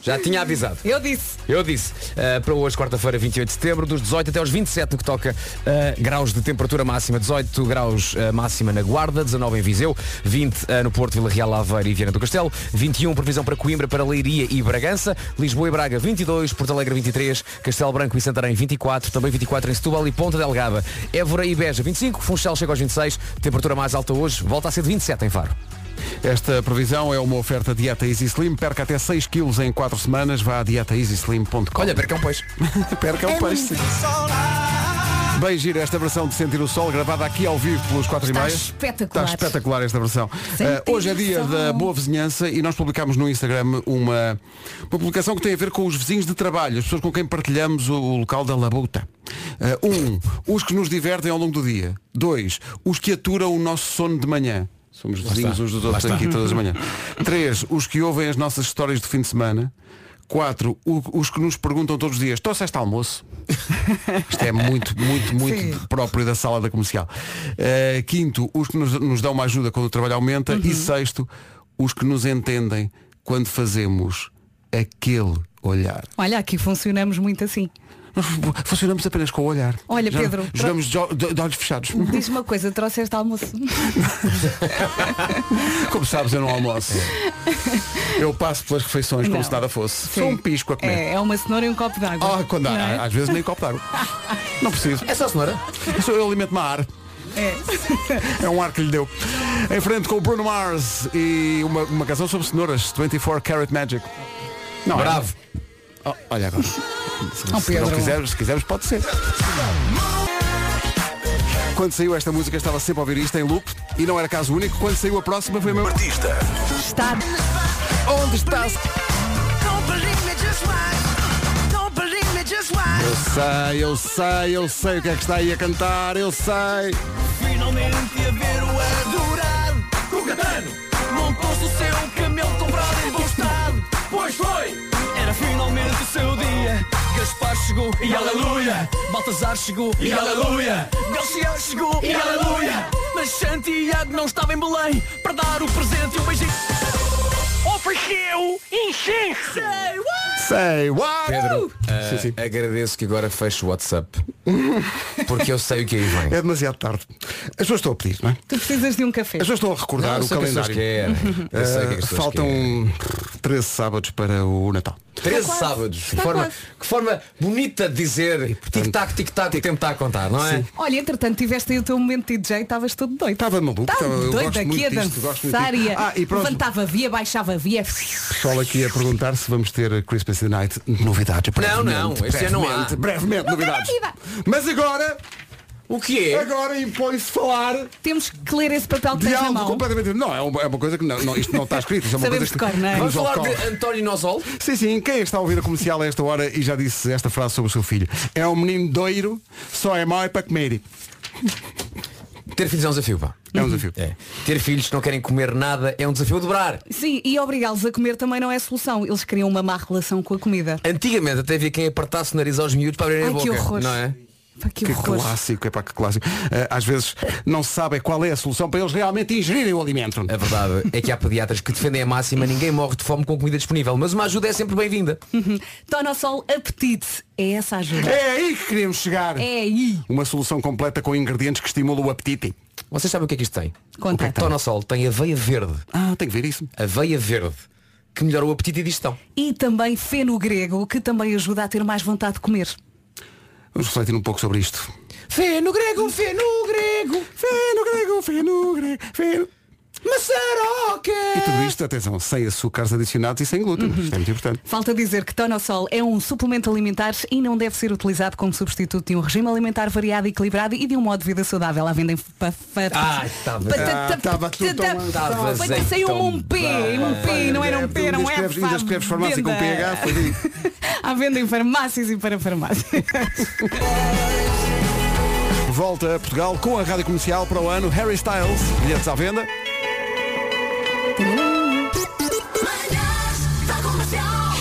B: Já tinha avisado.
C: Eu disse.
B: Eu disse, eh, para hoje, quarta-feira, 28 de setembro, dos 18 até aos 27, no que toca eh, graus de temperatura máxima. 18 graus eh, máxima na Guarda, 19 em Viseu, 20 eh, no Porto, Vila Real, Aveiro e Viana do Castelo, 21 previsão para Coimbra, para Leiria e Bragança, Lisboa e Braga 22, Porto Alegre 23, Castelo Branco e Santarém 24, também 24 em Setúbal e Ponta Delgada, Évora e Beja 25, Funchal chega aos 26, temperatura mais alta hoje, volta a ser de 27 em Faro.
A: Esta previsão é uma oferta Dieta Easy Slim. Perca até 6 quilos em 4 semanas. Vá a dietaeasyslim.com.
B: Olha, percam pois.
A: perca
B: É
A: um peixe. Bem giro esta versão de Sentir o Sol, gravada aqui ao vivo pelos 4 e
C: Está
A: meia.
C: espetacular.
A: Está espetacular esta versão.
C: Sentir
A: Eh, hoje é dia
C: o sol.
A: da boa vizinhança e nós publicámos no Instagram uma, uma publicação que tem a ver com os vizinhos de trabalho, as pessoas com quem partilhamos o, o local da labuta. Eh, um, os que nos divertem ao longo do dia. Dois, os que aturam o nosso sono de manhã. Somos vizinhos
B: está.
A: uns dos outros aqui todas as manhãs. Três, os que ouvem as nossas histórias do fim de semana. Quatro, o- os que nos perguntam todos os dias, trouxeste almoço? Isto é muito, muito, muito próprio da sala da comercial. Eh, quinto, os que nos, nos dão uma ajuda quando o trabalho aumenta.
C: Uhum.
A: E sexto, os que nos entendem quando fazemos aquele olhar.
C: Olha, aqui funcionamos muito assim.
A: Nós funcionamos apenas com o olhar.
C: Olha, Pedro,
A: Jogamos de, jo- de- de olhos fechados.
C: Diz uma coisa, trouxeste almoço?
A: Como sabes, eu não almoço. Eu passo pelas refeições como
C: É. Não.
A: se nada fosse. Sou um pisco a comer.
C: É, é uma cenoura e um copo d'água.
A: Ah, quando há-
C: Não é?
A: Às vezes nem copo d'água. Não preciso.
B: É só senhora.
A: Eu sou- Eu alimento-me a ar. É um ar que lhe deu. Em frente com o Bruno Mars e uma, uma canção sobre cenouras, 24 Carat Magic. Não, é-
B: Bravo.
A: Oh, olha agora. Se, se
C: Pedro.
A: não quiseres, se quiseres, pode ser. Quando saiu esta música, estava sempre a ouvir isto em loop e não era caso único. Quando saiu a próxima, foi o meu.
I: Artista
C: Está
A: Onde está? Eu sei, eu sei, eu sei o que é que está aí a cantar, eu sei.
I: Finalmente a ver o adorado Com Catano Montou-se o seu camelo comprado em bom estado Pois foi Era finalmente o seu dia Gaspar chegou e aleluia Baltazar chegou e aleluia Belchior chegou e aleluia Mas Santiago não estava em Belém Para dar o presente e o beijinho Oh ofereceu incenso.
A: Sei, uau!
B: Pedro,
A: Uh! Sim, sim.
B: ah, agradeço que agora feche o WhatsApp. Porque eu sei o que aí vem.
A: É demasiado tarde. As pessoas estão a pedir, não é?
C: Tu precisas de um café.
A: As pessoas estão a
B: Não,
A: recordar
B: eu
A: o
B: sei o que as pessoas
A: calendário.
B: querem. Eu sei o que as
A: Uh,
B: pessoas
A: faltam
B: querem.
A: 13 sábados para o Natal.
B: 13
C: quase.
B: sábados. Que
C: Está
B: forma,
C: quase.
B: que forma bonita de dizer tic-tac, tic-tac, o tempo está a contar, não é?
C: Olha, entretanto, tiveste aí o teu momento de DJ, estavas todo doido.
A: Estava maluco,
C: Estava
A: estava- eu
C: Tá doido
A: gosto
C: aqui
A: muito
C: a
A: disto, gosto muito
C: dançar.
A: disto.
C: e a-
A: Ah, e para os-
C: Levantava via, baixava via.
A: Pessoal aqui a perguntar se vamos ter Christmas in the Night novidades.
B: Não, não,
A: brevemente,
B: este ano não há.
A: brevemente, brevemente novidades.
C: negativa.
A: Mas agora,
B: O que é?
A: agora impõe-se falar
C: Temos que ler esse papel que
A: de
C: tens na
A: algo
C: mão.
A: completamente. Não, é uma, é uma coisa que não, não- isto não está escrito. Isto é uma
C: Sabemos
A: coisa
C: de
A: que
C: cor, não é?
B: Vamos
A: vamos ao
B: falar
A: colo.
B: de António Nozol?
A: Sim, sim, quem é está a ouvir a comercial a esta hora e já disse esta frase sobre o seu filho. É um menino doiro, só é mau é para comer.
B: Ter filhos é um desafio, pá.
A: É um desafio.
B: É. Ter filhos que não querem comer nada é um desafio a dobrar.
C: Sim, e obrigá-los a comer também não é solução. Eles criam uma má relação com a comida.
B: Antigamente até havia quem apartasse o nariz aos miúdos para abrirem a
C: Ai,
B: boca.
C: que horror.
B: Não é?
C: Pá, que,
A: Que
C: horror.
A: clássico, é para que clássico. Eh, às vezes não se sabe qual é a solução para eles realmente ingerirem o alimento.
B: A verdade é que há pediatras que defendem a máxima, ninguém morre de fome com comida disponível, mas uma ajuda é sempre bem-vinda.
C: Tonosol apetite. É essa a ajuda.
A: É aí que queremos chegar.
C: É aí.
A: Uma solução completa com ingredientes que estimulam o apetite.
B: Vocês sabem o que é que isto tem?
C: Conta.
B: O que é que tem? Tonosol tem aveia verde.
A: Ah, tem que ver isso.
B: Aveia verde. Que melhora o apetite e a digestão.
C: E também feno grego, que também ajuda a ter mais vontade de comer.
A: Vamos refletir um pouco sobre isto.
B: Fê no grego, fê no grego,
A: Feno grego, feno grego, feno. E
B: maçaroca.
A: tudo isto, atenção, sem açúcares adicionados e sem glúten. Isto é muito importante.
C: Falta dizer que Tonosol é um suplemento alimentar e não deve ser utilizado como substituto de um regime alimentar variado, e equilibrado e de um modo de vida saudável. À venda em
B: Ah, estava-
A: Ah, estava tudo tão-
B: estava
C: Foi saiu
B: tão
C: um P,
B: bem.
C: um P, não era um P, era um
A: Ainda
C: F.
A: escreves- ainda escreves farmácia com PH, foi disso.
C: À venda em farmácias e para farmácias.
A: Volta a Portugal com a rádio comercial para o ano Harry Styles. Bilhetes à venda.
F: Manhãs da Comercial.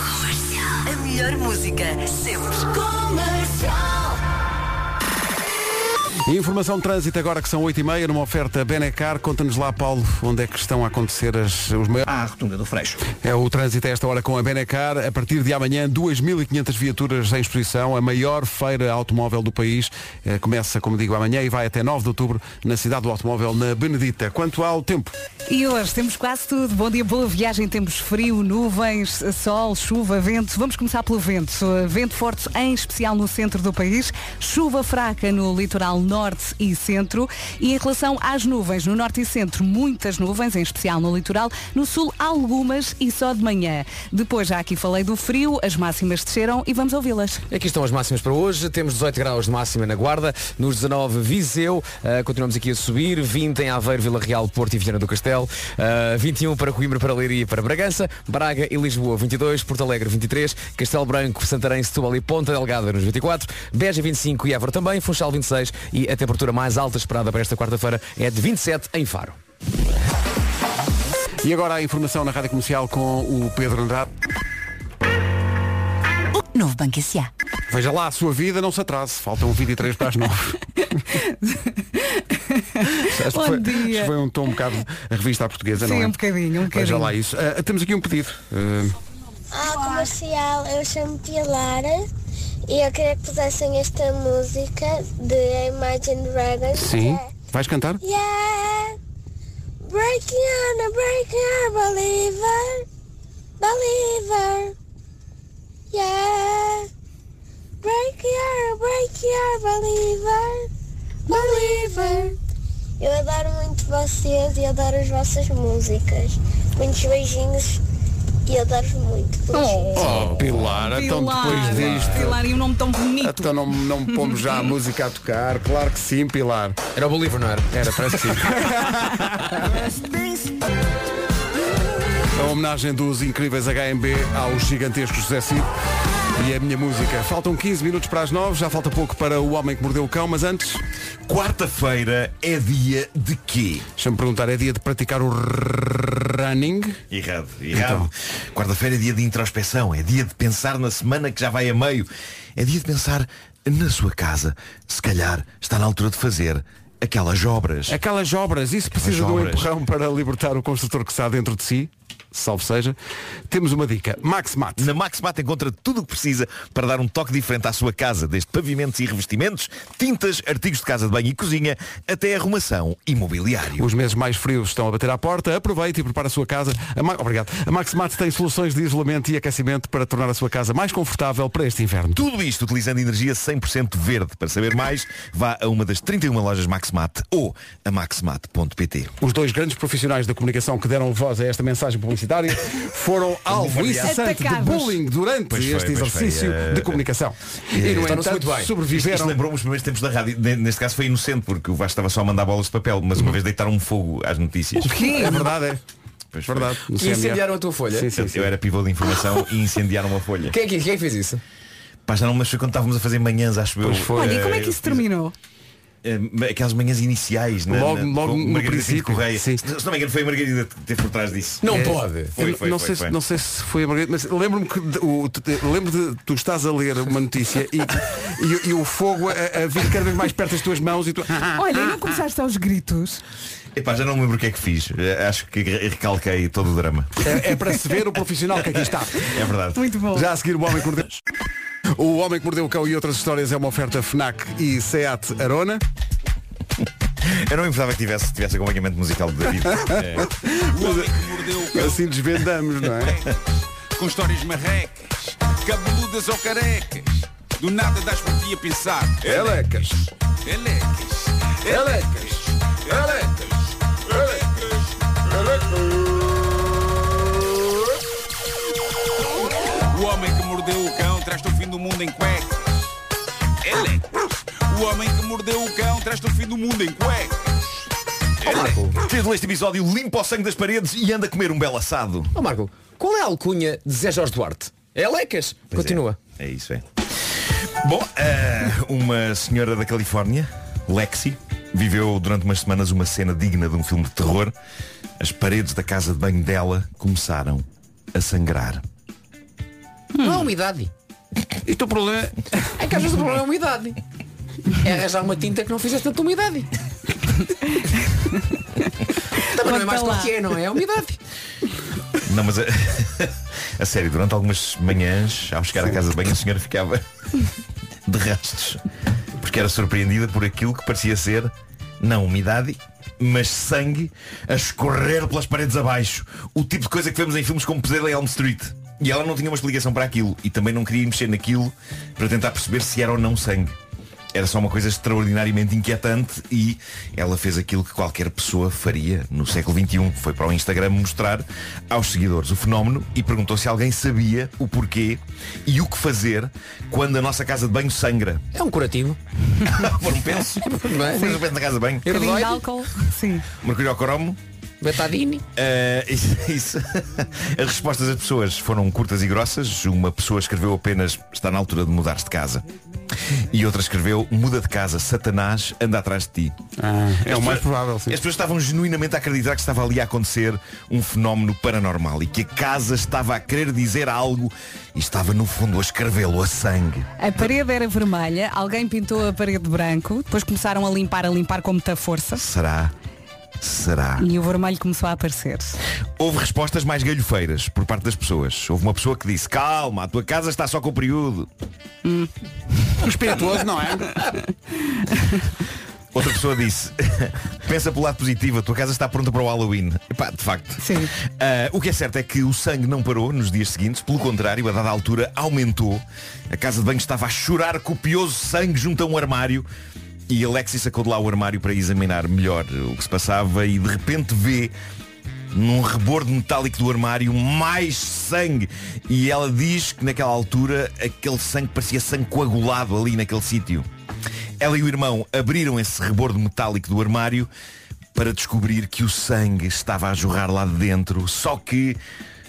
F: A melhor música sempre. Comercial.
A: Informação de trânsito agora que são 8h30 numa oferta Benecar. Conta-nos lá, Paulo, onde é que estão a acontecer as, os maiores.
I: À Ah, rotunda do Freixo.
A: É o trânsito a esta hora com a Benecar. A partir de amanhã, 2.500 viaturas em exposição. A maior feira automóvel do país eh, começa, como digo, amanhã e vai até 9 de outubro na cidade do automóvel, na Benedita. Quanto ao tempo,
C: E hoje temos quase tudo. Bom dia, boa viagem. Temos frio, nuvens, sol, chuva, vento. Vamos começar pelo vento. Vento forte, em especial no centro do país. Chuva fraca no litoral norte e centro. E em relação às nuvens, no norte e centro, muitas nuvens, em especial no litoral. No sul, algumas e só de manhã. Depois, já aqui falei do frio, as máximas desceram e vamos ouvi-las.
B: Aqui estão as máximas para hoje. Temos 18 graus de máxima na Guarda, nos 19 Viseu, ah, continuamos aqui a subir, 20 em Aveiro, Vila Real, Porto e Viana do Castelo, ah, 21 para Coimbra, para Leiria e para Bragança, Braga e Lisboa 22, Porto Alegre 23, Castelo Branco, Santarém, Setúbal e Ponta Delgada nos 24, Beja 25 e Évora também, Funchal 26 e a temperatura mais alta esperada para esta quarta-feira é de 27 em Faro.
A: E agora a informação na Rádio Comercial com o Pedro Andrade.
F: Novo Banco S.A.
A: Veja lá a sua vida, não se atrase. Faltam 23 para as 9.
C: Bom
A: foi,
C: dia.
A: isto foi um tom um bocado a revista à portuguesa,
C: Sim,
A: não é?
C: um bocadinho, um
A: Veja
C: bocadinho.
A: lá isso. Ah, temos aqui um pedido. Ah,
G: Ah, comercial, eu chamo Pilar e eu queria que pusessem esta música de Imagine Dragons.
A: sim.
G: que é
A: Vais cantar?
G: Yeah, breaking on a breaking on, believer, believer. Yeah, breaking on a breaking on, believer, believer. Eu adoro muito vocês e adoro as vossas músicas. Muitos beijinhos e adoro-vos muito. Beijinhos.
A: Oh, Pilar, então depois disto.
C: Pilar, e um nome tão bonito.
A: Então não, não pomos já a música a tocar. Claro que sim, Pilar.
B: Era o Bolívar, não era?
A: Era, parece que sim. A homenagem dos incríveis HMB aos gigantescos José Cid e a minha música. Faltam 15 minutos para as 9, já falta pouco para o Homem que Mordeu o Cão, mas antes,
J: Quarta-feira é dia de quê?
A: deixa-me perguntar, é dia de praticar o running?
J: Errado, errado. Quarta-feira é dia de introspeção, é dia de pensar na semana que já vai a meio, é dia de pensar na sua casa. Se calhar está na altura de fazer aquelas obras.
A: Aquelas obras, isso precisa de um
J: obras.
A: empurrão para libertar o construtor que está dentro de si? salvo seja, temos uma dica. MaxMat.
J: Na MaxMat encontra tudo o que precisa para dar um toque diferente à sua casa, desde pavimentos e revestimentos, tintas, artigos de casa de banho e cozinha, até arrumação e mobiliário.
A: Os meses mais frios estão a bater à porta. Aproveite e prepare a sua casa. A Ma... Obrigado. A MaxMat tem soluções de isolamento e aquecimento para tornar a sua casa mais confortável para este inverno.
J: Tudo isto utilizando energia 100% verde. Para saber mais, vá a uma das 31 lojas MaxMat ou a maxmat.pt.
A: Os dois grandes profissionais da comunicação que deram voz a esta mensagem publicitária foram alvo
J: Variados.
A: incessante de
J: Atacados.
A: bullying durante
J: Pois foi,
A: este
J: pois foi,
A: exercício
J: eh,
A: de comunicação. E, no entanto,
J: Isto, isto
A: sobreviveram.
J: lembrou-me os primeiros tempos da rádio. Ne- Neste caso foi inocente, porque o Vasco estava só a mandar bolas de papel, mas uma vez deitaram um fogo às notícias.
A: Hum. O quê? É verdade, é.
J: Pois
A: Verdade.
J: foi.
A: No CMA. Sim, é sim,
J: eu,
A: sim.
J: eu era pivô de informação e incendiaram uma folha.
B: Quem é que quem é que fez isso?
J: Pá, já não me lembro, quando estávamos a fazer manhãs, acho eu.
C: Olha, e
J: eh,
C: como é que isso terminou?
J: eh, Aquelas manhãs iniciais né? na,
A: Logo-
J: na,
A: logo
J: com
A: no
J: Margarida Pinto
A: princípio,
J: Correia. Se não me engano foi a Margarida que teve por trás disso
A: É,
J: Foi,
A: eu
J: foi,
A: não,
J: foi,
A: sei, se-
J: foi.
A: não sei se foi a Margarida, mas lembro-me que de- o- te- te- lembro de tu estás a ler uma notícia e, e- e o fogo a, a vir cada vez mais perto das tuas mãos e tu.
C: Olha, e não começaste aos gritos?
J: Epá, já não me lembro o que é que fiz. Eh, Acho que re- recalquei todo o drama.
A: É, é para se ver o profissional que aqui está.
J: É verdade.
A: Muito bom. Já a seguir o homem que mordeu. O homem que mordeu o cão e outras histórias é uma oferta Fnac e Seat Arona.
J: Eu não me importava que tivesse, tivesse acompanhamento musical de David. Eh,
A: Assim desvendamos, não é?
K: com histórias marrecas, cabeludas ou carecas. Do nada das por ti a pensar.
A: Elecas,
K: elecas, elecas, elecas, elecas, elecas. O homem que mordeu o cão traz-te o fim do mundo em cuecas. Elecas. O homem que mordeu o cão traz-te o fim do mundo em cuecas.
J: Título deste episódio limpa o sangue das paredes e anda a comer um belo assado.
B: Ó Marco, qual é a alcunha de Zé Jorge Duarte? É Lecas.
J: Pois
B: Continua.
J: É, é isso, é. Bom, eh, uma senhora da Califórnia, Lexi, viveu durante umas semanas uma cena digna de um filme de terror. As paredes da casa de banho dela começaram a sangrar.
B: Não há umidade.
A: E o teu problema
B: é que às vezes o problema é a umidade. É arranjar uma tinta que não fizeste tanta umidade. Também não é mais
I: Conta lá.
B: do que é, não é? É umidade.
J: Não, mas a, a sério, durante algumas manhãs, ao chegar à casa de banho, a senhora ficava de rastos. Porque era surpreendida por aquilo que parecia ser, não umidade, mas sangue a escorrer pelas paredes abaixo. O tipo de coisa que vemos em filmes como Pesadelo em Elm Street. E ela não tinha uma explicação para aquilo e também não queria mexer naquilo para tentar perceber se era ou não sangue. Era só uma coisa extraordinariamente inquietante e ela fez aquilo que qualquer pessoa faria no século XXI. Foi para o Instagram mostrar aos seguidores o fenómeno e perguntou se alguém sabia o porquê e o que fazer quando a nossa casa de banho sangra.
B: É um curativo.
J: Por um penso. Por um penso na casa de banho.
C: Bocadinho de álcool? Sim.
J: Mercúrio ao cromo.
B: Betadine.
J: Eh, isso, isso. As respostas das pessoas foram curtas e grossas. Uma pessoa escreveu apenas está na altura de mudar-se de casa. E outra escreveu muda de casa, Satanás anda atrás de ti.
A: é o mais provável. Sim.
J: As pessoas estavam genuinamente a acreditar que estava ali a acontecer um fenómeno paranormal e que a casa estava a querer dizer algo e estava no fundo a escrevê-lo a sangue.
C: A parede era vermelha, alguém pintou a parede de branco, depois começaram a limpar, a limpar com muita força
J: Será? Será?
C: e o vermelho começou a aparecer.
J: Houve respostas mais galhofeiras por parte das pessoas. Houve uma pessoa que disse, calma, a tua casa está só com o período.
A: Respeitoso, não é?
J: Outra pessoa disse, pensa pelo lado positivo, a tua casa está pronta para o Halloween. Epá, de facto. Ah, o que é certo é que o sangue não parou nos dias seguintes, pelo contrário, a dada altura aumentou. A casa de banho estava a chorar copioso sangue junto a um armário. E Alexi sacou de lá o armário para examinar melhor o que se passava e de repente vê num rebordo metálico do armário mais sangue. E ela diz que naquela altura aquele sangue parecia sangue coagulado ali naquele sítio. Ela e o irmão abriram esse rebordo metálico do armário para descobrir que o sangue estava a jorrar lá de dentro, só que,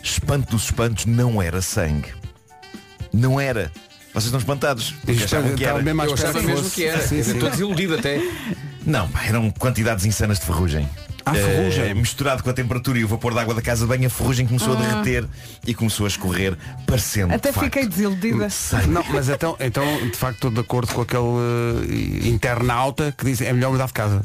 J: espanto dos espantos, não era sangue. Não era. Vocês estão espantados. Porque
A: Isto
J: achavam que
A: estava
J: era.
A: mesmo à Eu espera achava que mesmo fosse. que era. Sim, Quer dizer, sim. estou
J: desiludido até. Não, pá, eram quantidades insanas de ferrugem. Ah, ferrugem. misturado com a temperatura e o vapor da água da casa de banho, a ferrugem começou a
C: Ah.
J: derreter e começou a escorrer, parecendo.
C: Até
J: de facto,
C: fiquei desiludida.
A: Não, mas então, então, de facto, estou de acordo com aquele eh, internauta que diz é melhor mudar de casa.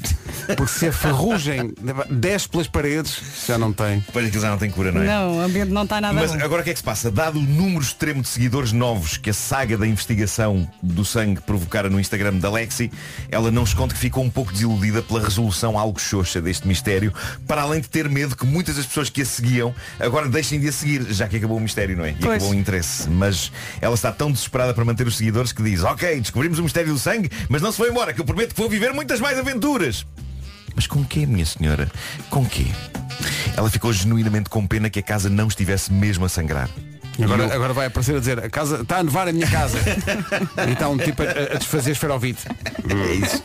A: Porque se a ferrugem desce pelas paredes, já não tem.
J: Pois aquilo já não tem cura, não é?
C: Não, o ambiente não está nada
J: Mas
C: bom.
J: agora o que é que se passa? Dado o número extremo de seguidores novos que a saga da investigação do sangue provocara no Instagram da Lexi, ela não esconde que ficou um pouco desiludida pela resolução algo xoxa deste mistério, para além de ter medo que muitas das pessoas que a seguiam agora deixem de a seguir, já que acabou o mistério, não é? E
L: Pois.
J: acabou o interesse. Mas ela está tão desesperada para manter os seguidores que diz, ok, descobrimos o mistério do sangue, mas não se foi embora, que eu prometo que vou viver muitas mais aventuras. Mas com quê, minha senhora? Com quê? Ela ficou genuinamente com pena que a casa não estivesse mesmo a sangrar.
A: Agora,
J: E eu-
A: agora vai aparecer a dizer, a casa está a nevar a minha casa. e está um tipo a, a desfazer esferovite.
J: É isso.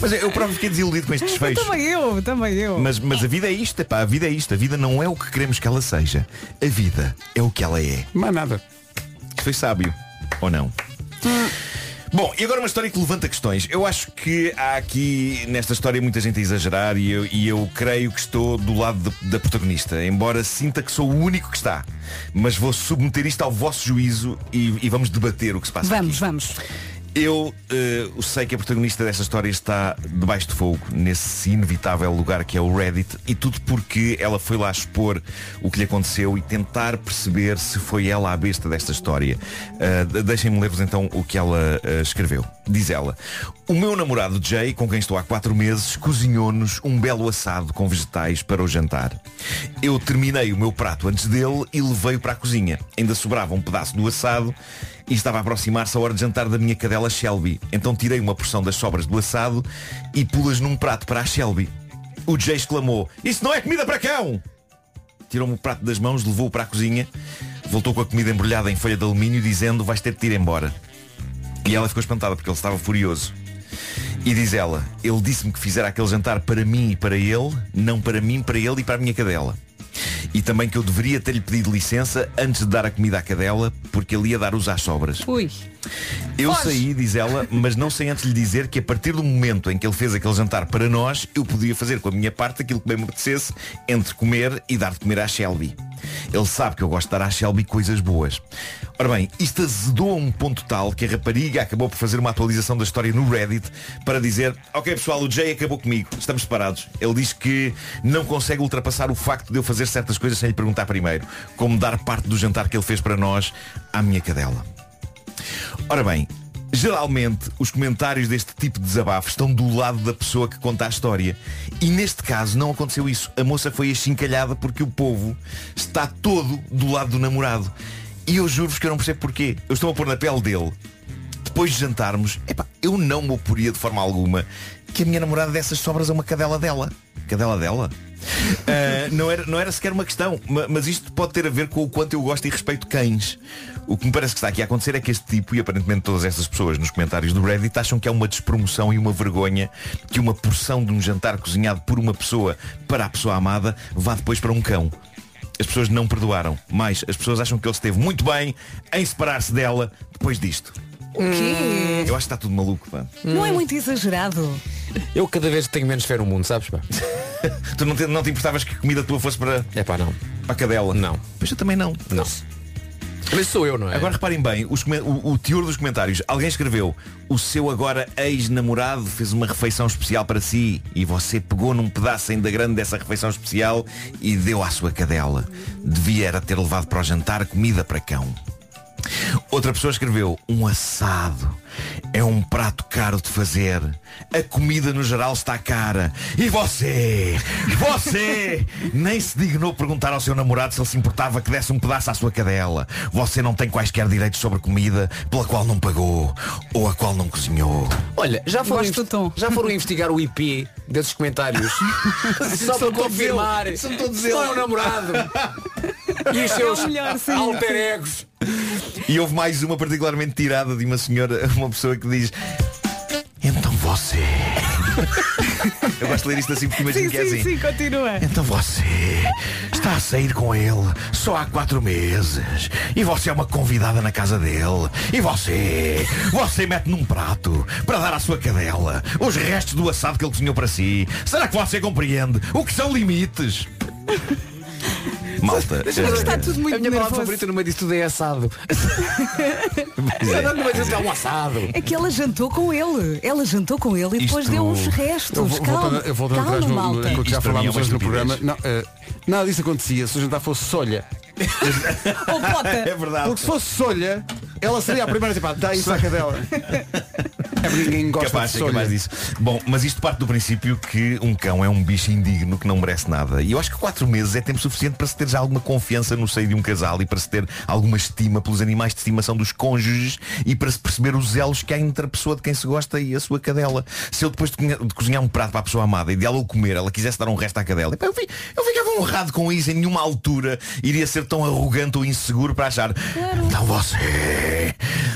J: Mas eu próprio fiquei desiludido com este desfecho.
C: Também eu, também eu.
J: Mas, mas a vida é isto, pá, a vida é isto. A vida não é o que queremos que ela seja. A vida é o que ela é.
A: Mais nada.
J: Foi sábio, ou não? Bom, e agora uma história que levanta questões. Eu acho que há aqui nesta história muita gente a exagerar e eu, e eu creio que estou do lado de- da protagonista, embora sinta que sou o único que está. Mas vou submeter isto ao vosso juízo e, e vamos debater o que se passa.
C: Vamos, vamos.
J: Eu eh, sei que a protagonista desta história está debaixo de fogo, nesse inevitável lugar que é o Reddit, e tudo porque ela foi lá expor o que lhe aconteceu e tentar perceber se foi ela a besta desta história. Eh, de- Deixem-me ler-vos então o que ela eh, escreveu. Diz ela, o meu namorado Jay, com quem estou há quatro meses, cozinhou-nos um belo assado com vegetais para o jantar. Eu terminei o meu prato antes dele e levei-o para a cozinha. Ainda sobrava um pedaço do assado e estava a aproximar-se a hora de jantar da minha cadela Shelby. Então tirei uma porção das sobras do assado e pulas num prato para a Shelby. O Jay exclamou, isso não é comida para cão! Tirou-me o prato das mãos, levou-o para a cozinha, voltou com a comida embrulhada em folha de alumínio, dizendo, vais ter de te ir embora. E ela ficou espantada porque ele estava furioso. E diz ela, ele disse-me que fizera aquele jantar para mim e para ele, não para mim, para ele e para a minha cadela. E também que eu deveria ter-lhe pedido licença antes de dar a comida à cadela, porque ele ia dar os às sobras.
C: Ui.
J: Eu saí, diz ela, mas não sem antes lhe dizer que a partir do momento em que ele fez aquele jantar para nós, eu podia fazer com a minha parte aquilo que bem me apetecesse entre comer e dar de comer à Shelby. Ele sabe que eu gosto de dar à Shelby coisas boas. Ora bem, isto azedou a um ponto tal que a rapariga acabou por fazer uma atualização da história no Reddit para dizer Ok pessoal, o Jay acabou comigo, estamos separados. Ele diz que não consegue ultrapassar o facto de eu fazer certas coisas sem lhe perguntar primeiro, como dar parte do jantar que ele fez para nós à minha cadela. Ora bem, geralmente os comentários deste tipo de desabafo estão do lado da pessoa que conta a história. E neste caso não aconteceu isso. A moça foi achincalhada porque o povo está todo do lado do namorado. E eu juro-vos que eu não percebo porquê. Eu estou a pôr na pele dele. Depois de jantarmos, epá, eu não me oporia de forma alguma que a minha namorada dessas sobras a uma cadela dela. Cadela dela? Ah, não, era, não era sequer uma questão, ma- mas isto pode ter a ver com o quanto eu gosto e respeito cães. O que me parece que está aqui a acontecer é que este tipo, e aparentemente todas estas pessoas nos comentários do Reddit, acham que é uma despromoção e uma vergonha que uma porção de um jantar cozinhado por uma pessoa para a pessoa amada vá depois para um cão. As pessoas não perdoaram, mas as pessoas acham que ele esteve muito bem em separar-se dela depois disto.
C: O quê?
J: Eu acho que está tudo maluco, pá.
C: Não é muito exagerado.
J: Eu cada vez tenho menos fé no mundo, sabes, pá? tu não te, não te importavas que a comida tua fosse para. É pá, não. Para a cadela? Não. Pois eu também não. Não. Mas sou eu, não é? Agora reparem bem, os come- o, o teor dos comentários. Alguém escreveu, o seu agora ex-namorado fez uma refeição especial para si e você pegou num pedaço ainda grande dessa refeição especial e deu à sua cadela. Devia era ter levado para o jantar comida para cão. Outra pessoa escreveu Um assado É um prato caro de fazer A comida no geral está cara E você? Você? Nem se dignou perguntar ao seu namorado Se ele se importava que desse um pedaço à sua cadela Você não tem quaisquer direitos sobre comida Pela qual não pagou Ou a qual não cozinhou
B: Olha, já foram,
J: Gosto
B: inves- já foram investigar o IP desses comentários só
J: São
B: para
J: todos
B: confirmar.
J: eles. São todos
B: Só é
J: eles.
B: o namorado. E os
J: É o
B: seus
J: melhor, sim,
B: alter
J: sim.
B: egos.
J: E houve mais uma particularmente tirada de uma senhora Uma pessoa que diz Então você Eu gosto de ler isto assim porque imagino
C: sim,
J: que é
C: sim,
J: assim.
C: sim, continua.
J: Então você está a sair com ele só há quatro meses e você é uma convidada na casa dele e você, você mete num prato para dar à sua cadela os restos do assado que ele cozinhou para si. Será que você compreende o que são limites? Malta,
B: Deixa eu ver.
J: eh,
C: tudo muito
B: A minha palavra
C: nervoso.
B: favorita no meio disso tudo é assado. Não, não, mas isso é um assado.
C: É que ela jantou com ele. Ela jantou com ele e depois
A: Isto-
C: deu uns restos.
A: Eu vou-
C: calma,
A: voltando, eu voltando
C: calma,
A: atrás no, no,
C: malta.
A: no que já
J: Isto para mim é
A: falámos
J: uma
A: hoje no
J: estupidez.
A: programa. Não, eh, nada disso acontecia se o jantar fosse solha.
C: Ou bota.
J: É verdade.
A: Porque se fosse solha, ela seria a primeira tipo, "Ah, tá a dizer, pá, dá isso à cadela. É porque ninguém gosta
J: capaz,
A: de
J: é
A: solha.
J: capaz disso. Bom, mas isto parte do princípio que um cão é um bicho indigno que não merece nada. E eu acho que quatro meses é tempo suficiente para se ter já alguma confiança no seio de um casal e para se ter alguma estima pelos animais de estimação dos cônjuges e para se perceber os zelos que há entre a pessoa de quem se gosta e a sua cadela. Se eu depois de cozinhar- de cozinhar um prato para a pessoa amada e de ela o comer, ela quisesse dar um resto à cadela, epá, eu, fi- eu ficava honrado com isso. Em nenhuma altura iria ser tão arrogante ou inseguro para achar. Então você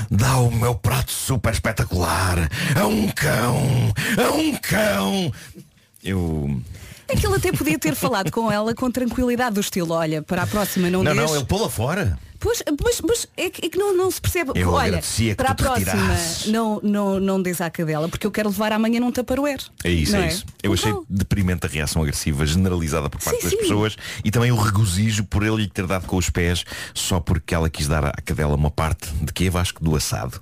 J: dá o meu prato super espetacular a um cão, a um cão. Eu.
C: É que ele até podia ter falado com ela com tranquilidade do estilo, olha, para a próxima não,
J: não,
C: deixes-
J: não, ele pô-la fora.
C: Pois, mas, mas é que, é que não, não se percebe.
J: Eu
C: olha,
J: agradecia que
C: para
J: tu
C: a
J: te
C: próxima
J: retirasses.
C: não, não, não diz à cadela, porque eu quero levar amanhã num taparoeiro.
J: É isso,
C: não
J: é, isso. Eu achei
C: Então,
J: deprimente a reação agressiva generalizada por parte
C: Sim,
J: das
C: sim.
J: pessoas e também o regozijo por ele lhe ter dado com os pés só porque ela quis dar à cadela uma parte de que Vasco do assado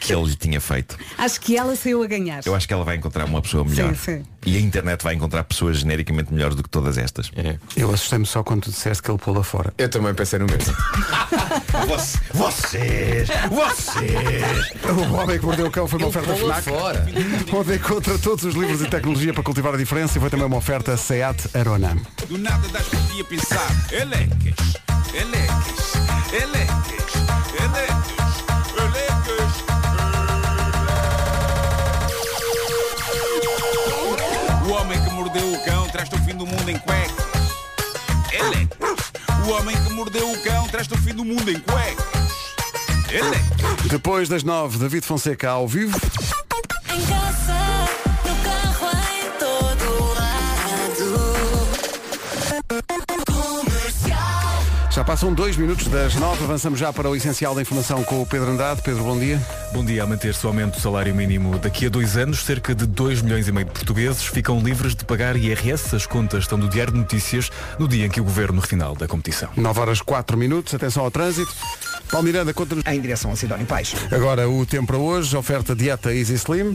J: que ele lhe tinha feito.
C: Acho que ela saiu a ganhar.
J: Eu acho que ela vai encontrar uma pessoa melhor.
C: Sim, sim.
J: E a internet vai encontrar pessoas genericamente melhores do que todas estas.
B: É.
A: Eu assustei-me só quando tu disseste que ele pô-la fora.
B: Eu também pensei no mesmo.
J: Voc- Vocês, vocês.
A: O Homem que Mordeu o Cão foi uma oferta
B: pô-la
A: FNAC
B: fora.
A: Onde encontra todos os livros e tecnologia para cultivar a diferença E foi também uma oferta Seat Arona
K: Do nada das por ti a pensar. Elecas, elecas, elecas, elecas, elecas. O homem que mordeu o cão traz-te o fim do mundo em cueca. Elecas. O homem que mordeu o cão traz-te o fim do mundo em cueca. Elecas.
A: Depois das nove, David Fonseca ao vivo
F: Em casa, no carro, em todo lado. Comercial.
A: Já passam dois minutos das nove Avançamos já para o essencial da informação com o Pedro Andrade Pedro, bom dia
L: Bom dia. A manter-se o aumento do salário mínimo daqui a dois anos, cerca de 2 milhões e meio de portugueses ficam livres de pagar IRS. As contas estão do Diário de Notícias no dia em que o governo final da competição.
A: 9 horas 4 minutos, atenção ao trânsito. Paulo Miranda, conta-nos.
M: Em direção a Sidónio Pais.
A: Agora o tempo para hoje, oferta dieta Easy Slim.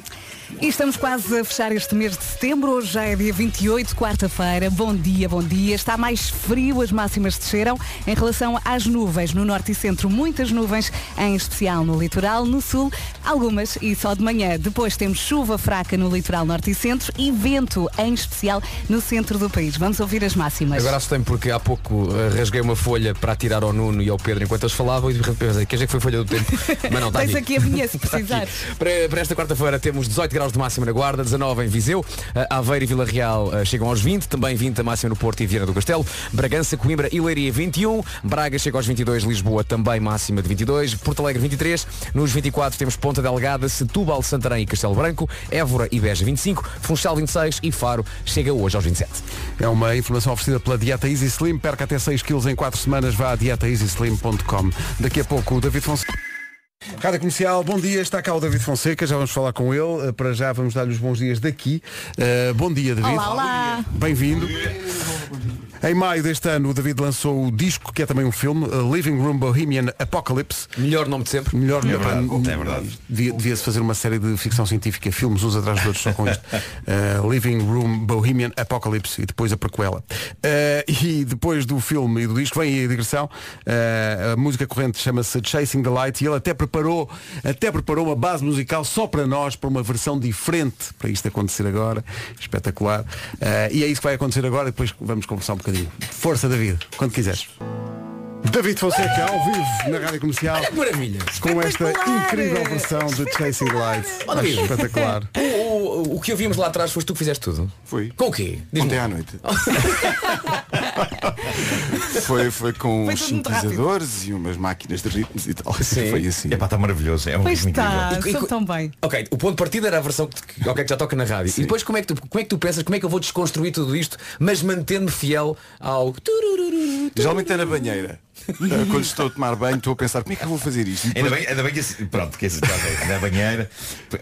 C: E estamos quase a fechar este mês de setembro. Hoje já é dia 28, quarta-feira. Bom dia, bom dia. Está mais frio, as máximas desceram. Em relação às nuvens, no norte e centro, muitas nuvens, em especial no litoral. No sul, algumas e só de manhã. Depois temos chuva fraca no litoral norte e centro e vento, em especial no centro do país. Vamos ouvir as máximas.
B: Agora assustei-me porque há pouco eh, rasguei uma folha para tirar ao Nuno e ao Pedro enquanto eles falavam e de repente pensei, queres é que foi folha do tempo? Mas não, está
C: Tens
B: aqui.
C: aqui a minha, se precisares.
B: Para, para esta quarta-feira temos 18 graus de máxima na Guarda, 19 em Viseu, eh, Aveiro e Vila Real eh, chegam aos 20, também 20 a máxima no Porto e Viana do Castelo, Bragança, Coimbra e Leiria 21, Braga chega aos 22, Lisboa também máxima de 22, Porto Alegre 23, nos 24 temos Ponta Delgada, Setúbal, Santarém e Castelo Branco, Évora e Beja 25, Funchal 26 e Faro chega hoje aos 27.
A: É uma informação oferecida pela Dieta Easy Slim. Perca até 6 quilos em 4 semanas. Vá a dietaeasyslim.com. Daqui a pouco o David Fonseca. Rádio Comercial, bom dia. Está cá o David Fonseca. Já vamos falar com ele. Eh, Para já vamos dar-lhe os bons dias daqui. Eh, bom dia, David.
C: Olá, olá.
A: Bem-vindo. Em maio deste ano, o David lançou o disco, que é também um filme, eh, Living Room Bohemian Apocalypse.
B: Melhor nome de sempre.
A: Melhor
J: É
A: nome.
J: verdade, é verdade.
A: Devia- Devia-se fazer uma série de ficção científica, filmes uns atrás dos outros só com isto. Uh, Living Room, Bohemian Apocalypse e depois a prequela. Uh, e depois do filme e do disco vem aí a digressão. Uh, a música corrente chama-se Chasing the Light e ele até preparou, até preparou uma base musical só para nós, para uma versão diferente para isto acontecer agora. Espetacular. Uh, e é isso que vai acontecer agora e depois vamos conversar um bocadinho. Força, David, quando quiseres. David Fonseca ao vivo na Rádio Comercial.
B: maravilha.
A: Com esta
C: Espetacular.
A: incrível versão de Chasing Lights.
B: Ó,
A: Acho
B: David.
A: espetacular.
B: O, o- o que ouvimos lá atrás foste tu que fizeste tudo? Foi. Com o quê? Diz-me.
N: Ontem à noite.
M: Foi, foi com
C: Foi
M: uns
C: tudo muito rápido.
M: sintetizadores e umas máquinas de ritmos e tal. Foi assim.
J: É pá, está maravilhoso. É um
C: Pois tá.
J: ritmo
C: está,
J: incrível.
C: são tão bem.
B: Ok, o ponto de partida era a versão que, que- ok, que já toca na rádio. E depois como é, que tu, como é que tu pensas, como é que eu vou desconstruir tudo isto, mas mantendo-me fiel ao.
M: Geralmente é na banheira. Eh, Quando estou a tomar banho, estou a pensar como é que eu vou fazer isto. E
J: Ainda
M: depois-
J: bem, ainda bem que esse- pronto, que esse, está bem, na banheira.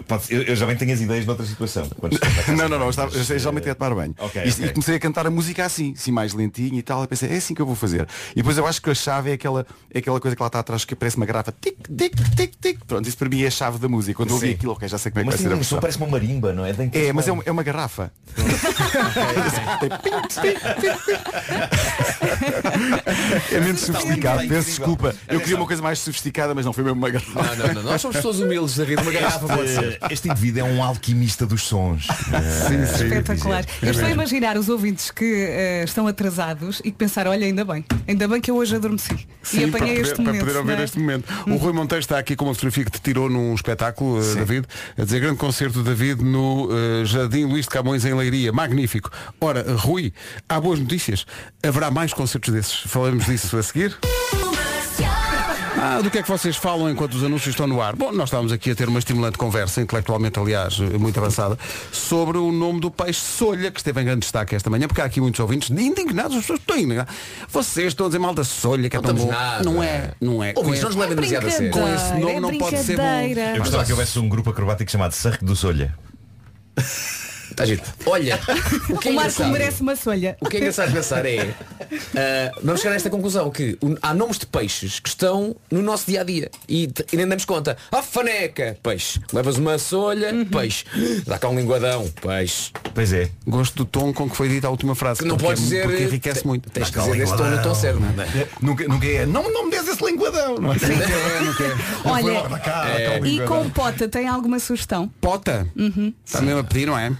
J: Pode- eu, eu já bem tenho as ideias noutra situação. Quando estou na casa
M: Não,
J: de
M: não, não,
J: banho,
M: estava, eu
J: mas,
M: geralmente é
J: eh,
M: ia tomar banho.
J: Ok,
M: e, e
J: ok.
M: comecei a cantar a música assim, assim mais lentinho e tal. Eu pensei, é assim que eu vou fazer. E depois eu acho que a chave é aquela, é aquela coisa que lá está atrás que parece uma garrafa. Tic, tic, tic, tic. Pronto, isso para mim é a chave da música. Quando eu ouvi
J: Sim.
M: aquilo, ok, já sei como é que
J: Mas
M: vai
J: sim,
M: ser a
J: um som
M: versão.
J: parece uma marimba, não é? Tem que
M: É,
J: soar-
M: mas é, um- é uma garrafa. é menos sofisticado, peço desculpa. Eu queria uma coisa mais sofisticada, mas não foi mesmo uma garrafa.
B: Não, não, não, nós somos pessoas humildes da vida, uma garrafa
J: Este-
B: pode ser.
J: Este indivíduo é um alquimista dos sons. Eh,
A: É
C: Espetacular.
J: devo dizer.
C: Eu estou a imaginar os ouvintes que eh, estão atrasados e que pensaram, olha, ainda bem, ainda bem que eu hoje adormeci. e
A: Sim, para
C: apanhei
A: poder,
C: este
A: para
C: momento.
A: poder ouvir
C: não é?
A: este momento. O Rui Monteiro está aqui com uma fotografia que te tirou num espetáculo, eh, David, a dizer grande concerto do David no eh, Jardim Luís de Camões em Leiria. Magnífico. Ora, Rui, há boas notícias. Haverá mais concertos desses. Falaremos disso a seguir. Ah, do que é que vocês falam enquanto os anúncios estão no ar? Bom, nós estávamos aqui a ter uma estimulante conversa, intelectualmente, aliás, muito avançada, sobre o nome do peixe solha, que esteve em grande destaque esta manhã, porque há aqui muitos ouvintes indignados, as pessoas estão indignadas. Vocês estão a dizer mal da solha, que é tão bom. Não é, não é.
B: Ouvintes,
A: Com esse-
B: não assim. nos levem demasiado a sério.
A: Com esse nome
C: É
A: não pode ser bom.
C: brincadeira.
J: Eu gostava que houvesse um grupo acrobático chamado Sarco do Solha.
B: Está giro. Olha, o que é
C: o Marco
B: engraçado-
C: merece uma solha.
B: O que é engraçado pensar é ah, Vamos chegar a esta conclusão Que o- há nomes de peixes que estão no nosso dia-a-dia E, t- e nem damos conta Ah, faneca, peixe Levas uma solha,
C: Uhum.
B: peixe Dá cá um linguadão, peixe
J: Pois é
A: Gosto do tom com que foi dita a última frase.
B: Que não
A: porque
B: podes
A: é-
B: dizer,
A: Porque
B: eh,
A: enriquece
B: te-
A: muito.
B: tens que
M: um
B: dizer desse tom no tom certo, não é?
A: Nunca, nunca é. Não, não me des esse linguadão. Não é?
C: Olha,
A: logo na cara, aquela
C: e
A: língua, não
C: com
A: é?
C: pota tem alguma sugestão?
A: Pota?
C: Uhum.
A: Está mesmo a pedir, não é?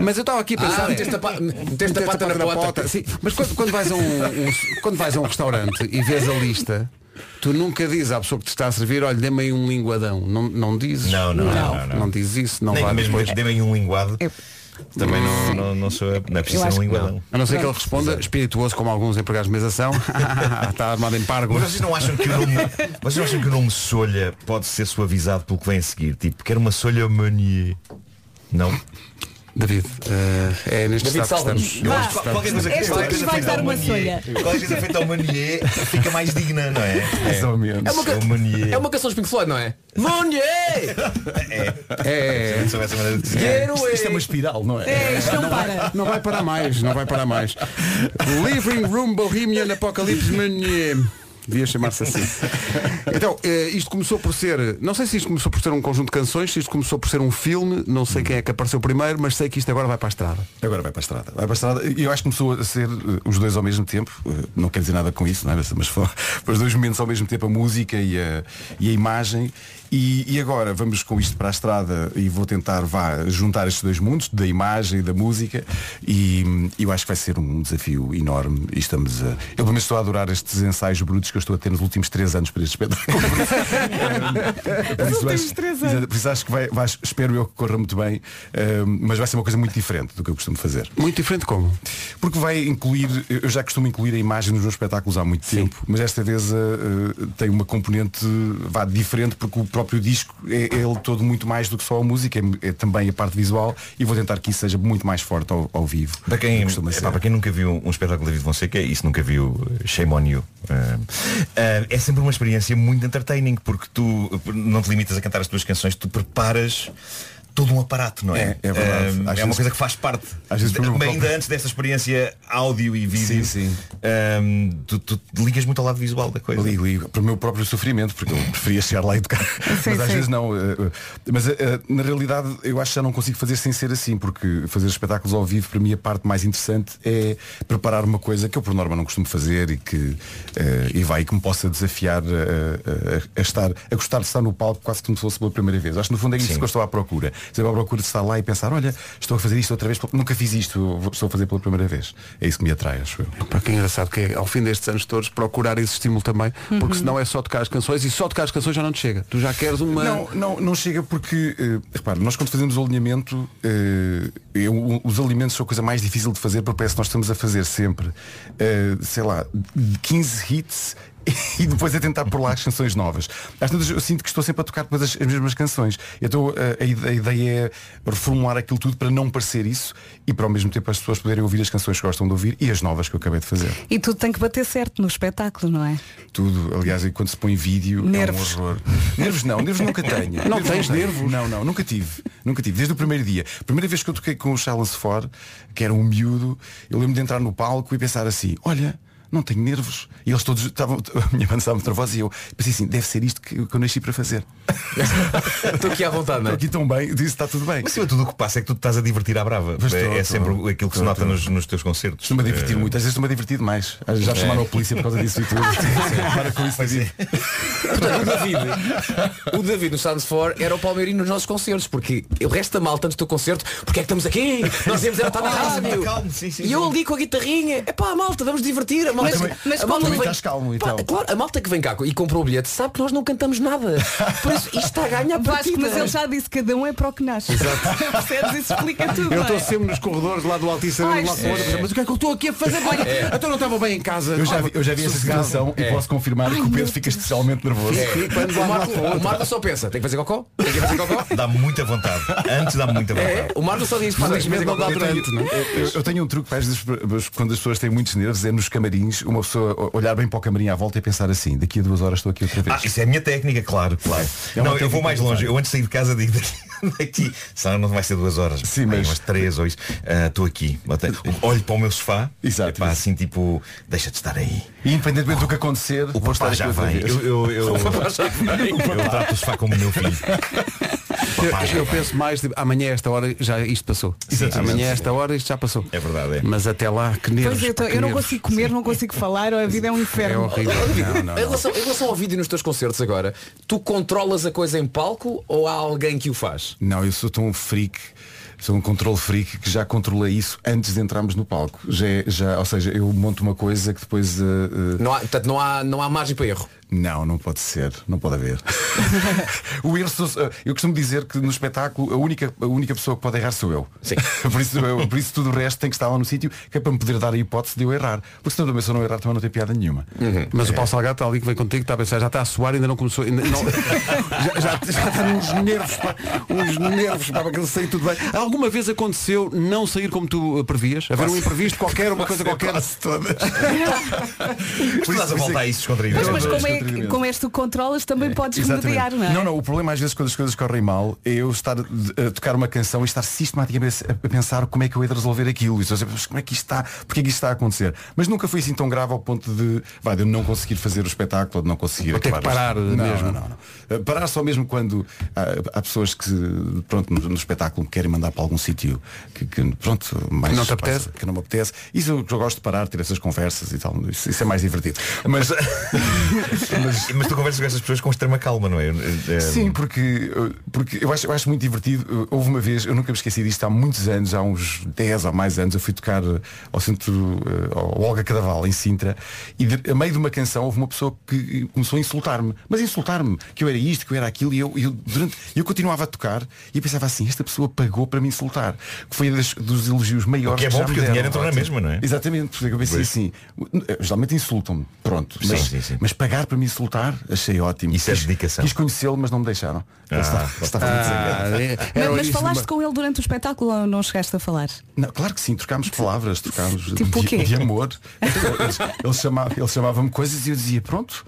A: Mas eu estava aqui a
M: é.
A: pensar. é,
B: Ah, meteste a pa- meteste a
A: Meteste
B: pata na pota.
A: Sim, mas quando, quando vais a um, um- quando vais a um restaurante e vês a lista, tu nunca dizes à pessoa que te está a servir, olha, dê-me aí um linguadão. Não, não dizes.
J: Não, não, não, não, não.
A: dizes isso, não
J: Nem
A: vai
J: mesmo
A: depois.
J: dê-me um linguado. Também não, não, não sou. Não é preciso ser um linguadão.
A: A não ser que ele responda espirituoso como alguns empregados de mesação. Está armado em pargo.
J: Mas vocês não acham que o nome, vocês não acham que o nome solha pode ser suavizado pelo que vem a seguir? Tipo, quero uma solha manier. Não?
A: David, é
J: David,
A: neste estado que
J: salva-nos.
A: estamos.
J: Eu
A: Vá,
J: acho é que qualquer coisa
A: esta
J: qualquer
A: aqui
J: coisa
A: vai
J: feita
A: dar
J: ao
A: uma
J: manier- é
A: solha.
J: Qualquer coisa feita ao manier fica mais digna, não é?
A: Mais ou menos.
B: É uma ca-
J: É o manier.
B: É uma canção dos Pink Floyd, não é? Monye!
A: É.
J: Só essa maneira de dizer.
B: Quero eu.
A: espiral, não
B: É, isto não
A: vai-
B: para.
A: Não vai parar mais, não vai parar mais. Living Room Bohemian Apocalypse Meunier. Devia chamar-se assim. Então, eh, isto começou por ser, não sei se isto começou por ser um conjunto de canções, se isto começou por ser um filme, não sei quem é que apareceu primeiro, mas sei que isto agora vai para a estrada.
M: Agora vai para a estrada. Vai para a estrada. E Eu acho que começou a ser eh, os dois ao mesmo tempo. Eh, Não quer dizer nada com isso, não é? Mas- Mas foram foram os dois momentos ao mesmo tempo, a música e a, e a imagem. E, e agora vamos com isto para a estrada e vou tentar vá, juntar estes dois mundos, da imagem e da música. E hum, eu acho que vai ser um desafio enorme. E estamos a. Eu pelo menos estou a adorar estes ensaios brutos que eu estou a ter nos últimos três anos para este espetáculo. Por isso, acho, exato, por isso acho que vai, vai- espero eu que corra muito bem, eh, mas vai ser uma coisa muito diferente do que eu costumo fazer.
A: Muito diferente como?
M: Porque vai incluir, eu já costumo incluir a imagem nos meus espetáculos há muito tempo, mas esta vez eh, eh, tem uma componente vá, diferente porque o próprio disco é, é ele todo muito mais do que só a música, é, é também a parte visual e vou tentar que isso seja muito mais forte ao, ao vivo.
J: Para quem,
M: Costuma
J: epá,
M: ser.
J: para quem nunca viu um espetáculo de David Fonseca e se nunca viu eh, Shame on You, eh, eh, é sempre uma experiência muito entertaining porque tu eh, não te limitas a cantar as tuas canções, tu preparas todo um aparato, não é?
M: É, é verdade.
J: Eh, é
M: Às vezes-
J: uma coisa que faz parte.
M: às vezes
J: De-
M: por um
J: bem,
M: copo-
J: ainda antes desta experiência áudio e vídeo, eh, tu, tu ligas muito ao lado visual da coisa.
M: Ligo, ligo, para o meu próprio sofrimento, porque eu preferia chegar lá e tocar. mas às
J: sim.
M: vezes não. eh, eh, Mas eh, eh, na realidade eu acho que já não consigo fazer sem ser assim, porque fazer espetáculos ao vivo, para mim a parte mais interessante é preparar uma coisa que eu por norma não costumo fazer e que eh, e vai que me possa desafiar eh, eh, a, a estar, a gostar de estar no palco quase como se fosse pela primeira vez. Acho que no fundo é isso
J: Sim.
M: que eu estou à procura. sempre à procura de estar lá e pensar, olha, estou a fazer isto outra vez, nunca fiz isto, vou- estou a fazer pela primeira vez. É isso que me atrai, acho eu.
A: Para que engraçado que é, ao fim destes anos todos, procurar esse estímulo também, porque
M: Uhum.
A: senão é só tocar as canções e só tocar as canções já não te chega. Tu já queres uma.
M: Não, não, não chega porque, eh, repare, nós quando fazemos o alinhamento, eh, eu- o- os alimentos são a coisa mais difícil de fazer, porque parece que nós estamos a fazer sempre, eh, sei lá, de 15 hits e depois a tentar pôr lá as canções novas. Às tantas eu sinto que estou sempre a tocar depois as, as mesmas canções. Então a, a ide- a ideia é reformular aquilo tudo para não parecer isso e para ao mesmo tempo as pessoas poderem ouvir as canções que gostam de ouvir e as novas que eu acabei de fazer.
C: E tudo tem que bater certo no espetáculo, não é?
M: Tudo, aliás, e quando se põe vídeo
C: Nervos.
M: é um horror. Nervos não, nervos nunca tenho.
A: Não tens
M: tenho.
A: nervos?
M: Não, não, nunca tive. Nunca tive, desde o primeiro dia. Primeira vez que eu toquei com o Charles Ford, que era um miúdo, eu lembro de entrar no palco e pensar assim, olha, não tenho nervos. E eles todos estavam, a minha banda estava muito nervosa e eu pensei assim, deve ser isto que, que eu nasci para fazer.
B: Estou aqui à vontade, não
M: é? Estou aqui tão bem, disse está tudo bem.
J: Mas acima de tudo o que passa é que tu te estás a divertir à brava.
M: Pois
J: é
M: estou,
J: é
M: estou.
J: sempre aquilo que se
M: Estou,
J: nota
M: estou.
J: nos, nos teus concertos.
M: Estou-me a divertir
J: Eh,
M: muito, às vezes estou-me a divertir mais. Já me
J: É.
M: chamaram a polícia por causa disso e tudo. Para
J: Ah,
M: com isso, David.
B: Portanto, o David, o David no Sounds 4 era o Palmeirinho nos nossos concertos, porque o resto da malta antes do teu concerto, porque é que estamos aqui? Nós íamos era estar na
F: Calma,
B: rádio.
F: calma, sim, sim,
B: e eu ali com a guitarrinha, é pá, malta, vamos divertir. A malta,
F: Mas- mas
B: a
F: como-
B: malta
F: Também
B: que
F: estás calmo,
B: Pá,
F: então.
B: Claro, a malta que vem cá e comprou o bilhete sabe que nós não cantamos nada. Por isso, isto está a ganhar a
C: Vasco,
B: partida.
C: mas ele já disse, cada um é para o que nasce. Percebes? Isso explica tudo.
A: Eu
C: não
A: estou
C: é?
A: sempre nos corredores lá do Altice Arena,
C: Ai,
A: lá fora,
M: é.
A: pensar, mas o que é que eu estou aqui a fazer? Olha,
M: É.
A: Então não estava bem em casa.
M: Eu já vi, eu já vi essa
A: Sossegado.
M: situação e
A: É.
M: posso confirmar que o Pedro
A: meu
M: fica especialmente nervoso.
B: É. O Marco, o Marco só pensa, tem que fazer cocó? Tem que fazer cocó?
J: Dá muita vontade. Antes dá muita vontade.
B: É, o Marco só diz,
M: Mas
B: "Tem que fazer cocó."
M: eu, tenho,
J: é?
M: eu- eu tenho um truque para às vezes, para- para- quando as pessoas têm muitos nervos é nos camarins uma pessoa o- olhar bem para o camarim à volta e pensar assim daqui a duas horas estou aqui outra vez
J: Ah, isso é a minha técnica, claro, claro.
M: É uma
J: não, eu
M: técnica
J: vou mais longe.
M: usada.
J: Eu antes de sair de casa digo daqui, daqui senão não vai ser duas horas. Sim, mas... umas três ou isso. Ah, Estou aqui. Bota- Olho para o meu sofá. Exato. Epá, assim tipo, deixa de estar aí.
M: e independentemente do que acontecer
J: O papá já vem. Eu, eu, eu,
M: é?
J: eu trato o sofá como meu filho.
A: Eu, eu penso mais de amanhã a esta hora já isto passou.
J: Exatamente.
A: amanhã a esta hora isto já passou. É
J: verdade, é.
A: Mas até lá, que nervos.
C: Pois é, então,
A: que
C: eu não
A: nervos.
C: consigo comer, não consigo falar, a vida é um inferno.
A: Não,
B: Em relação, em relação ao vídeo nos teus concertos agora, tu controlas a coisa em palco ou há alguém que o faz?
M: não eu sou tão freak sou um controle freak que já controlei isso antes de entrarmos no palco já, é- já ou seja eu monto uma coisa que depois eh, eh,
B: Não há, portanto, não há, não há margem para erro.
M: Não, não pode ser, não pode haver. o erro sou, eu costumo dizer que no espetáculo a única, a única pessoa que pode errar sou eu. Sim. por, isso, eu- por isso tudo o resto tem que estar lá no sítio, que é para me poder dar a hipótese de eu errar. Porque senão também se eu não errar também não tem piada nenhuma.
A: Mas o Paulo Salgado está ali que vem contigo, está a pensar, já está a suar, ainda não começou. Ainda, não, já, já, já está uns nervos, pá, uns nervos pá, para que ele saia tudo bem. Alguma vez aconteceu não sair como tu eh, previas? Haver um
J: Quase.
A: imprevisto qualquer, uma coisa qualquer?
J: Mas tu
M: é
J: dás a volta a isso descontraído.
C: Pois, mas como, é, que-
M: Descontraído.
C: como és tu que controlas, também podes remediar, não é?
M: não, o problema às vezes quando as coisas correm mal é eu estar eh, a tocar uma canção e estar sistematicamente a a pensar como é que eu hei de resolver aquilo. E estou a dizer, "Mas como é que isto está, porque é que isto está a acontecer? Mas nunca foi assim tão grave ao ponto de, vai, de eu não conseguir fazer o espetáculo, ou de não conseguir
A: Ou ter que
M: acabar isto.
A: parar
M: não,
A: mesmo.
M: Não, não, não. Eh, Parar só mesmo quando ah, há, pessoas que, pronto, no, no espetáculo me querem mandar para algum sítio que, que, pronto, mais
A: Não te apetece?
M: que não me apetece. Isso eu, eu gosto de parar, ter essas conversas e tal. Isso, isso é mais divertido. Mas
J: mas, mas tu conversas com essas pessoas com extrema calma, não é? Eh,
M: Sim, porque, uh, porque eu, acho, eu acho muito divertido. Uh, Houve uma vez, eu nunca me esqueci disto, há muitos anos, há uns 10 ou mais anos, eu fui tocar uh, ao centro, uh, ao Olga Cadaval, em Sintra, e de- a meio de uma canção houve uma pessoa que eh, começou a insultar-me, mas a insultar-me, que eu era isto, que eu era aquilo, e eu, e eu, durante, eu continuava a tocar e eu pensava assim, esta pessoa pagou para me insultar, que foi das, dos elogios maiores
J: O que é bom,
M: já me
J: porque o dinheiro entrou
M: deram.
J: na mesma, não é?
M: Exatamente, porque eu pensei
J: Pois.
M: assim, geralmente insultam-me, pronto,
J: Sim,
M: mas,
J: sim, sim.
M: mas pagar para me insultar, achei ótimo. Isso é dedicação. Quis conhecê-lo, mas não me deixaram.
B: Ah,
M: Ele está- estava muito
A: Ah.
M: zangado.
A: é,
C: Mas, mas falaste com ele durante o espetáculo ou não chegaste a falar?
M: "Ah, Não, claro que sim, trocámos palavras, trocámos
C: Tipo o
M: de,
C: quê?
M: de amor. Ele- Ele, chamava, ele chamava-me coisas e eu dizia, pronto.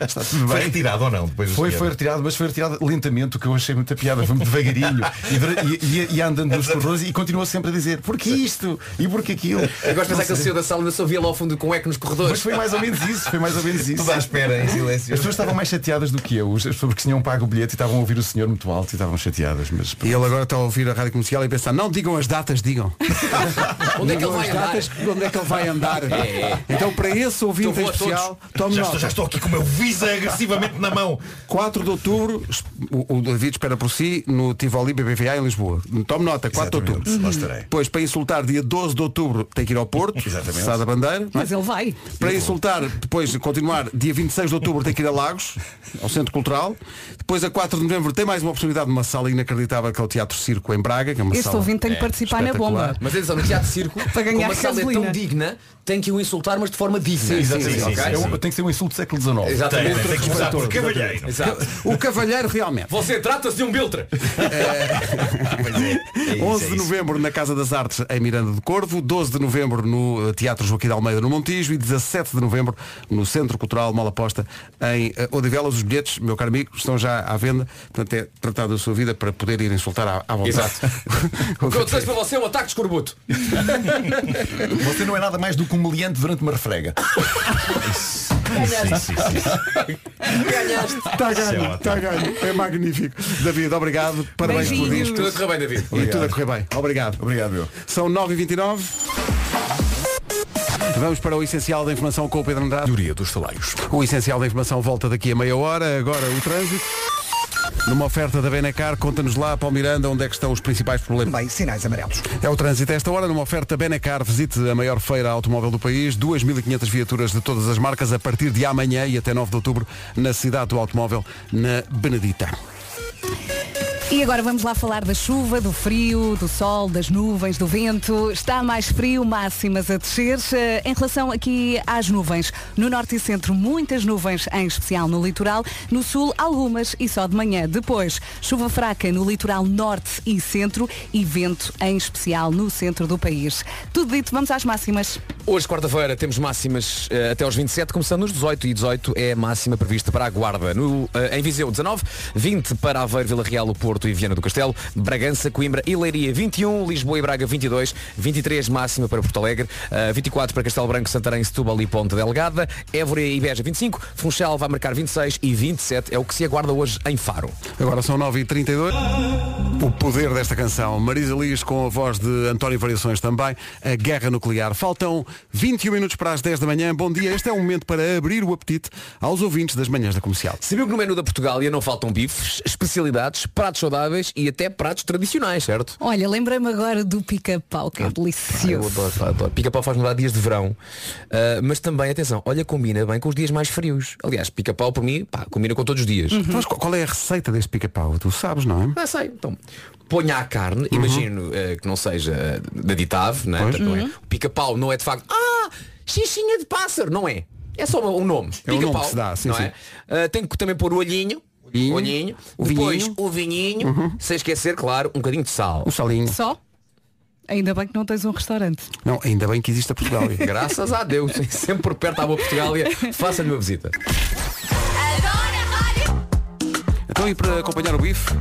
M: Está tudo bem.
J: Foi retirado ou não? Depois o
M: Foi,
J: senhor?
M: foi retirado, mas foi retirado lentamente, o que eu achei muita piada, foi muito devagarinho. E, dura- e- e- e ia andando
B: É
M: nos corredores e continuou sempre a dizer porquê isto e porquê aquilo.
B: Eu gosto de
M: Não
B: pensar que ele
M: sei.
B: saiu da sala e eu só via lá ao fundo com um eco nos corredores.
M: Mas foi mais ou menos isso, foi mais ou menos isso.
B: Tudo à espera, em silêncio.
M: As pessoas estavam mais chateadas do que eu, as pessoas que tinham pago o bilhete e estavam a ouvir o senhor muito alto e estavam chateadas, mas
A: E ele agora está a ouvir a rádio comercial e a pensar, não digam as datas, digam.
M: Onde é que ele
A: Digam
M: vai
A: as
M: andar?
A: datas, Onde é que ele vai andar?
M: É, é.
A: Então para esse ouvinte
M: Então
A: em
M: vou a
A: especial,
M: todos.
A: tome
M: Já
A: nota.
M: estou- já estou aqui com o meu Visa agressivamente na mão.
A: 4 de outubro, o, o David espera por si no Tivoli BBVA em Lisboa. Tome nota, 4 de outubro.
M: lá estarei.
A: Depois, para insultar, dia 12 de outubro tem que ir ao Porto,
M: Exatamente.
A: Sá da Bandeira. não é?
C: Mas ele vai.
A: Para insultar, depois continuar, dia 26 de outubro tem que ir a Lagos, ao Centro Cultural. Depois a 4 de novembro tem mais uma oportunidade numa sala inacreditável que é o Teatro Circo em Braga, que é uma
C: Este
A: sala
C: ouvinte tem que participar na
A: espetacular.
C: bomba.
B: Mas atenção, no teatro de circo,
C: Para ganhar
B: como a sala é
C: gasolina.
B: tão digna, tem que o insultar, mas de forma digna.
M: Sim, exatamente. Ok? É um- Tem que ser um insulto do século XIX.
B: Exatamente.
M: Ultra
B: Tem que começar por
M: respeitoso.
B: cavalheiro.
M: Exato.
A: O cavalheiro realmente.
B: Você trata-se de um Biltre.
J: Ah, é.
A: 11 de novembro na Casa das Artes em Miranda do Corvo, 12 de novembro no eh, Teatro Joaquim de Almeida no Montijo e 17 de novembro no Centro Cultural Malaposta em eh, Odivelas. Os bilhetes, meu caro amigo, estão já à venda. Portanto, é tratado da sua vida para poder ir insultar à, à vontade.
B: Exato. O que eu desejo para você é um ataque de escorbuto.
M: Você não é nada mais do que um meliante durante uma refrega.
B: Ganhaste.
A: Está Tá ganho, está ganho. É magnífico. David, obrigado. Parabéns pelo
B: Beijinhos.
A: disco.
B: Tudo a correr bem, David.
A: E tudo a correr bem. Obrigado.
M: Obrigado, meu.
A: São 9h29. Vamos para o essencial da informação com o Pedro Andrade.
L: Teoria dos salários.
A: O essencial da informação volta daqui a meia hora. Agora o trânsito. Numa oferta da Benacar, conta-nos lá, Paulo Miranda, onde é que estão os principais problemas.
N: Bem, sinais amarelos.
A: É o trânsito a esta hora, numa oferta Benacar, visite a maior feira automóvel do país, 2.500 viaturas de todas as marcas a partir de amanhã e até 9 de outubro na cidade do automóvel, na Benedita.
C: E agora vamos lá falar da chuva, do frio, do sol, das nuvens, do vento. Está mais frio, máximas a descer. Eh, Em relação aqui às nuvens, no norte e centro muitas nuvens, em especial no litoral. No sul algumas e só de manhã. Depois, chuva fraca no litoral norte e centro e vento em especial no centro do país. Tudo dito, vamos às máximas.
B: Hoje, quarta-feira, temos máximas eh, até aos 27, começando nos 18 e 18 é a máxima prevista para a Guarda. No, eh, em Viseu, 19, 20 para Aveiro, Vila Real, o Porto e Viana do Castelo, Bragança, Coimbra e Leiria, 21, Lisboa e Braga, 22, 23 máxima para Porto Alegre, eh, 24 para Castelo Branco, Santarém, Setúbal e Ponte Delgada, Évora e Beja, 25, Funchal vai marcar 26 e 27 é o que se aguarda hoje em Faro.
A: Agora são 9h32. O poder desta canção. Marisa Liz com a voz de António Variações também. A guerra nuclear. Faltam 21 minutos para as 10 da manhã. Bom dia. Este é o momento para abrir o apetite aos ouvintes das manhãs da comercial.
B: Sabiam que no menu da Portugália não faltam bifes, especialidades, pratos saudáveis e até pratos tradicionais, certo?
C: Olha, lembrei-me agora do pica-pau, que é
B: Eu
C: delicioso.
B: adoro, pá, adoro. Pica-pau faz mudar dias de verão. Ah, mas também, atenção, olha, combina bem com os dias mais frios. Aliás, pica-pau por mim, pá, combina com todos os dias.
A: Então, Mas qual qual é a receita deste pica-pau? Tu sabes, não é?
B: Ah, sei. Então, ponha a carne, imagino eh, que não seja da ditave, né?
A: Uhum. Pois.
B: Portanto, não é?
A: Uhum.
B: O pica-pau não é de facto, ah, xixinha de pássaro, não é? É só um nome.
A: É o nome
B: Pica-pau,
A: que se dá, sim,
B: não
A: sim.
B: é? Ah, tem que também pôr o olhinho.
A: Olhinho.
B: olhinho.
A: O
B: Depois
A: vinhinho. Uhum.
B: o vinhinho, sem esquecer, claro, um bocadinho de sal.
A: O salinho.
C: Só? Ainda bem que não tens um restaurante.
A: Não, ainda bem que existe a Portugal.
B: Graças a Deus, sempre por perto à boa Portugália, faça-lhe uma visita.
A: Então e para acompanhar o bife?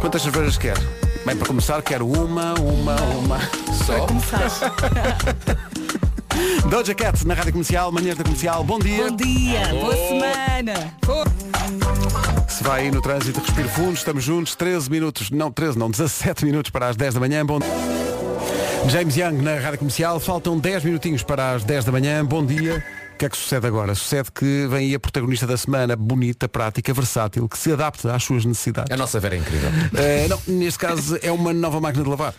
A: Quantas cervejas quer? Bem, para começar quero uma, uma, uma.
B: Só?
A: Doja Cat na Rádio Comercial, manhãs da Comercial. Bom dia.
C: Bom dia, boa semana.
A: Se vai aí no trânsito, respire fundo, estamos juntos, 13 minutos, não 13, não, 17 minutos para as 10 da manhã. Bom James Young na Rádio Comercial, faltam 10 minutinhos para as 10 da manhã. Bom dia. O que é que sucede agora? Sucede que vem aí a protagonista da semana, bonita, prática, versátil, que se adapta às suas necessidades.
B: A nossa Vera é incrível.
A: Eh, não, neste caso é uma nova máquina de lavar.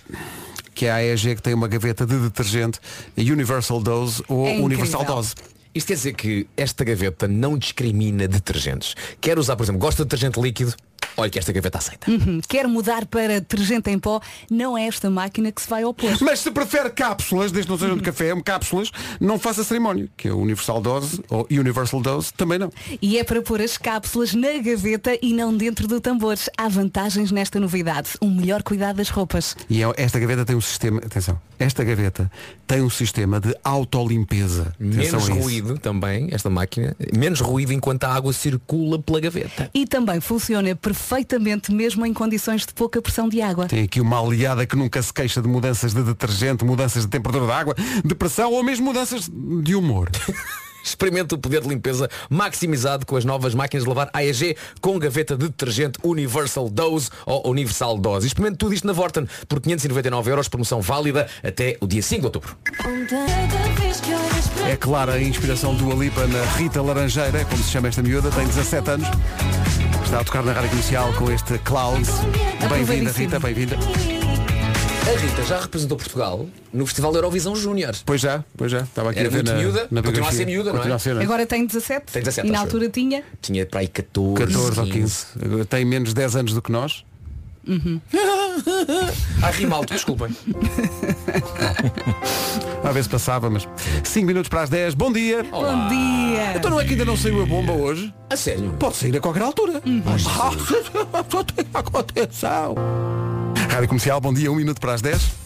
A: Que é a AEG que tem uma gaveta de detergente Universal Dose ou Universal Dose.
B: Isto quer dizer que esta gaveta não discrimina detergentes. Quer usar, por exemplo, gosta de detergente líquido, olha que esta gaveta aceita.
C: Uhum. Quer mudar para detergente em pó, não é esta máquina que se vai opor.
A: Mas se prefere cápsulas, desde que não sejam de café, um, cápsulas, não faça cerimónia. Que é o Universal Dose ou Universal Dose também não.
C: E é para pôr as cápsulas na gaveta e não dentro do tambor. Há vantagens nesta novidade. Um melhor cuidado das roupas.
A: E é- esta gaveta tem um sistema, atenção, esta gaveta tem um sistema de autolimpeza. Atenção
B: Menos
A: a isso.
B: ruído também, esta máquina, menos ruído enquanto a água circula pela gaveta.
C: E também funciona perfeitamente perfeitamente, mesmo em condições de pouca pressão de água.
A: Tem aqui uma aliada que nunca se queixa de mudanças de detergente, mudanças de temperatura de água, de pressão ou mesmo mudanças de humor.
B: Experimente o poder de limpeza maximizado com as novas máquinas de lavar AEG com gaveta de detergente Universal Dose ou Universal Dose. E Experimente tudo isto na Vorten por 599 euros, promoção válida até o dia 5 de outubro.
A: É clara a inspiração do Alipa na Rita Laranjeira, é como se chama esta miúda, tem 17 anos. Está a tocar na rádio comercial com este Clouds. Bem-vinda, Rita, bem-vinda.
B: A Rita já representou Portugal no Festival da Eurovisão Júnior.
A: Pois já, pois já. Estava aqui
B: Era
A: a ver
B: muito
A: na,
B: miúda, continua
A: na
B: a
A: biografia.
B: ser miúda, não é?
A: Continua a ser,
C: Agora tem 17,
B: Tem 17,
C: e na
B: acho
C: altura tinha.
B: Tinha para aí 14,
A: 14 ou 15. Agora Tem menos 10 anos do que nós.
C: Uhum.
B: Ah, rima alto, desculpem.
A: À vez passava, mas 5 minutos para as 10. Bom dia.
C: Bom dia.
A: Então não é que ainda não saiu a bomba hoje?
B: A sério?
A: Pode sair a qualquer altura. Ah, Só tem atenção. Rádio Comercial, bom dia, um minuto para as 10.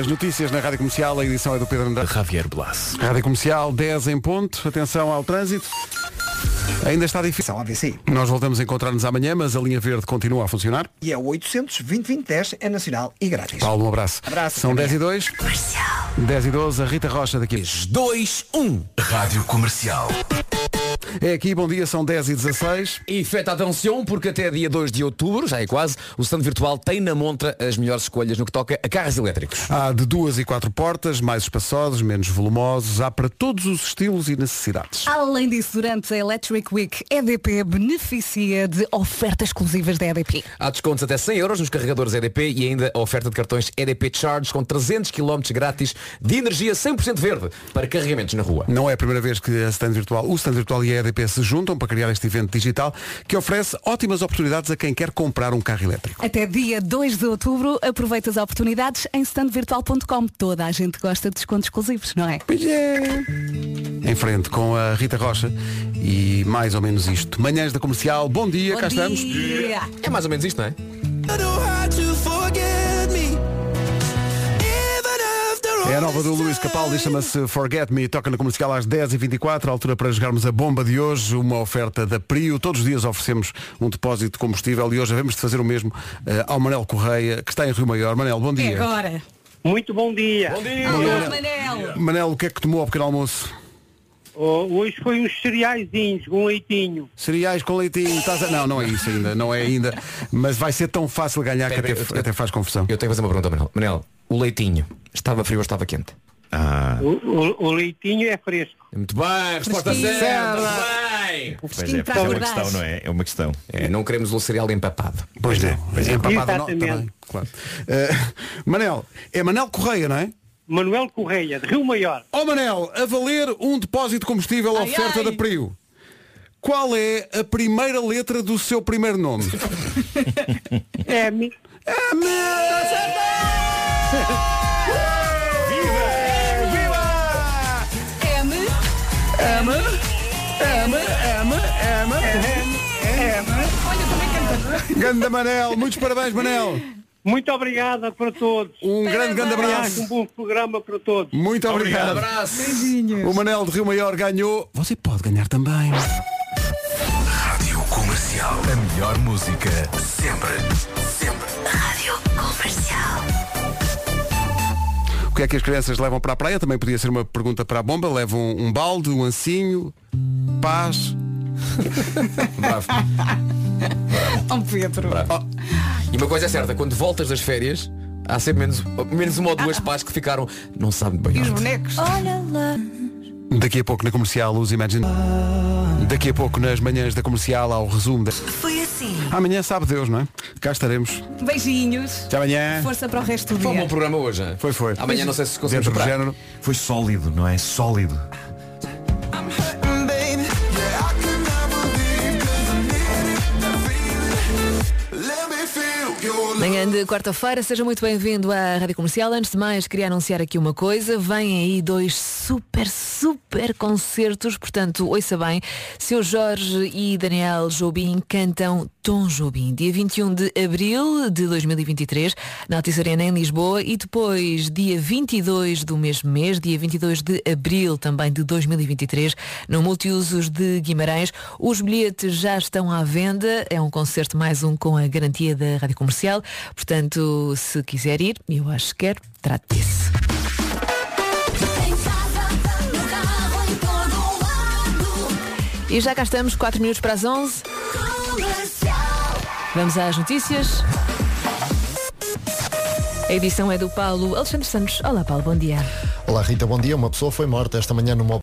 A: As notícias na Rádio Comercial, a edição é do Pedro Andrade.
L: Javier Blas.
A: Rádio Comercial, 10 em ponto, atenção ao trânsito. Ainda está difícil. Nós voltamos a encontrar-nos amanhã, mas a linha verde continua a funcionar.
N: E é o 800 é nacional e grátis.
A: Paulo, um abraço.
N: Abraço,
A: São
N: até
A: 10 e 2. 10 e 12, a Rita Rocha daqui.
B: 2, 1.
A: Rádio Comercial. É aqui, bom dia, são 10 e 16.
B: E feta atenção, porque até dia 2 de outubro, já é quase, o stand virtual tem na montra as melhores escolhas no que toca a carros elétricos.
A: Há de duas e quatro portas, mais espaçosos, menos volumosos, há para todos os estilos e necessidades.
C: Além disso, durante a Electric Week, EDP beneficia de ofertas exclusivas da EDP.
B: Há descontos até 100 euros nos carregadores EDP e ainda a oferta de cartões EDP Charge com 300 km grátis de energia 100% verde para carregamentos na rua.
A: Não é a primeira vez que a Stand Virtual, o Stand Virtual e a EDP se juntam para criar este evento digital que oferece ótimas oportunidades a quem quer comprar um carro elétrico.
C: Até dia 2 de outubro, aproveita as oportunidades em standvirtual.com. Toda a gente gosta de descontos exclusivos, não é?
A: Pois é. Em frente com a Rita Rocha e mais ou menos isto. Manhãs da Comercial, bom dia,
C: Bom
A: cá
C: dia.
A: estamos.
B: É mais ou menos isto, não é?
A: É a nova do Luís Capaldi, chama-se Forget Me, toca na comercial às 10h24, altura para jogarmos a bomba de hoje, uma oferta da Prio. Todos os dias oferecemos um depósito de combustível e hoje havemos de fazer o mesmo eh, ao Manel Correia, que está em Rio Maior. Manel, bom dia.
C: agora.
O: Muito bom dia. Bom dia.
C: Manel.
A: Manel, o que é que tomou ao pequeno almoço?
O: Oh, hoje foi uns cereaizinhos com um leitinho.
A: Cereais com leitinho, estás a... Não, não é isso ainda, não é ainda. Mas vai ser tão fácil ganhar que até, até faz confusão.
B: Eu tenho que fazer uma pergunta, Manel. Manel, o leitinho estava frio ou estava quente? Ah.
O: O, o- o leitinho é fresco.
B: Muito bem, resposta
O: Fresquinho.
B: certa.
O: Certa.
B: bem.
O: Pois é, pois é uma questão, não
B: é? É uma questão. não queremos o cereal empapado.
A: Pois é. Empapado não,
O: Exatamente.
A: tá bem, claro. Eh, Manel, é Manel Correia, não é?
O: Manuel Correia, de Rio Maior.
A: Ó Manel, a valer um depósito de combustível à
O: Ai,
A: oferta
O: ai.
A: da Prio. Qual é a primeira letra do seu primeiro nome? É
O: M.
A: M.
C: M.
A: M. M. M. M.
C: Olha, também canta.
A: Ganda Manel, muitos parabéns, Manel.
O: Muito obrigada para todos.
A: Um grande, grande abraço.
O: Um bom programa para todos.
A: Muito obrigado. O Manel de Rio Maior ganhou. Você pode ganhar também.
F: Rádio Comercial.
A: A melhor música
F: Sempre. Sempre. Rádio Comercial.
A: O que é que as crianças levam para a praia? Também podia ser uma pergunta para a bomba. Levam um balde, um ancinho, paz.
B: Bravo.
C: Oh, Pedro.
B: E uma coisa é certa, quando voltas das férias, há sempre menos, menos uma ou duas pás que ficaram. Não sabe bem.
C: Ah. E os bonecos? Olha lá.
A: Daqui a pouco na comercial, os Imagine. Daqui a pouco nas manhãs da comercial, ao resumo. Da...
C: Foi assim.
A: Amanhã sabe Deus, não é? Cá estaremos.
C: Beijinhos.
A: Até amanhã.
C: Força para o resto do dia.
B: Foi um bom programa hoje. hein?
A: Foi, foi.
B: Amanhã não sei se conseguimos
A: Dentro do
B: superar.
A: género.
J: Foi sólido, não é? Sólido.
P: Manhã de quarta-feira, seja muito bem-vindo à Rádio Comercial. Antes de mais, queria anunciar aqui uma coisa. Vêm aí dois super, super concertos. Portanto, ouça bem. Seu Jorge e Daniel Jobim cantam Tom Jobim, dia 21 de abril de 2023, na Altice Arena, em Lisboa, e depois, dia 22 do mesmo mês, dia 22 de abril também de 2023, no Multiusos de Guimarães. Os bilhetes já estão à venda, é um concerto mais um com a garantia da Rádio Comercial, portanto, se quiser ir, eu acho que quer, trate disso. E já cá estamos, 4 minutos para as 11. Vamos às notícias. A edição é do Paulo Alexandre Santos. Olá, Paulo, bom dia.
Q: Olá Rita, bom dia. Uma pessoa foi morta esta manhã numa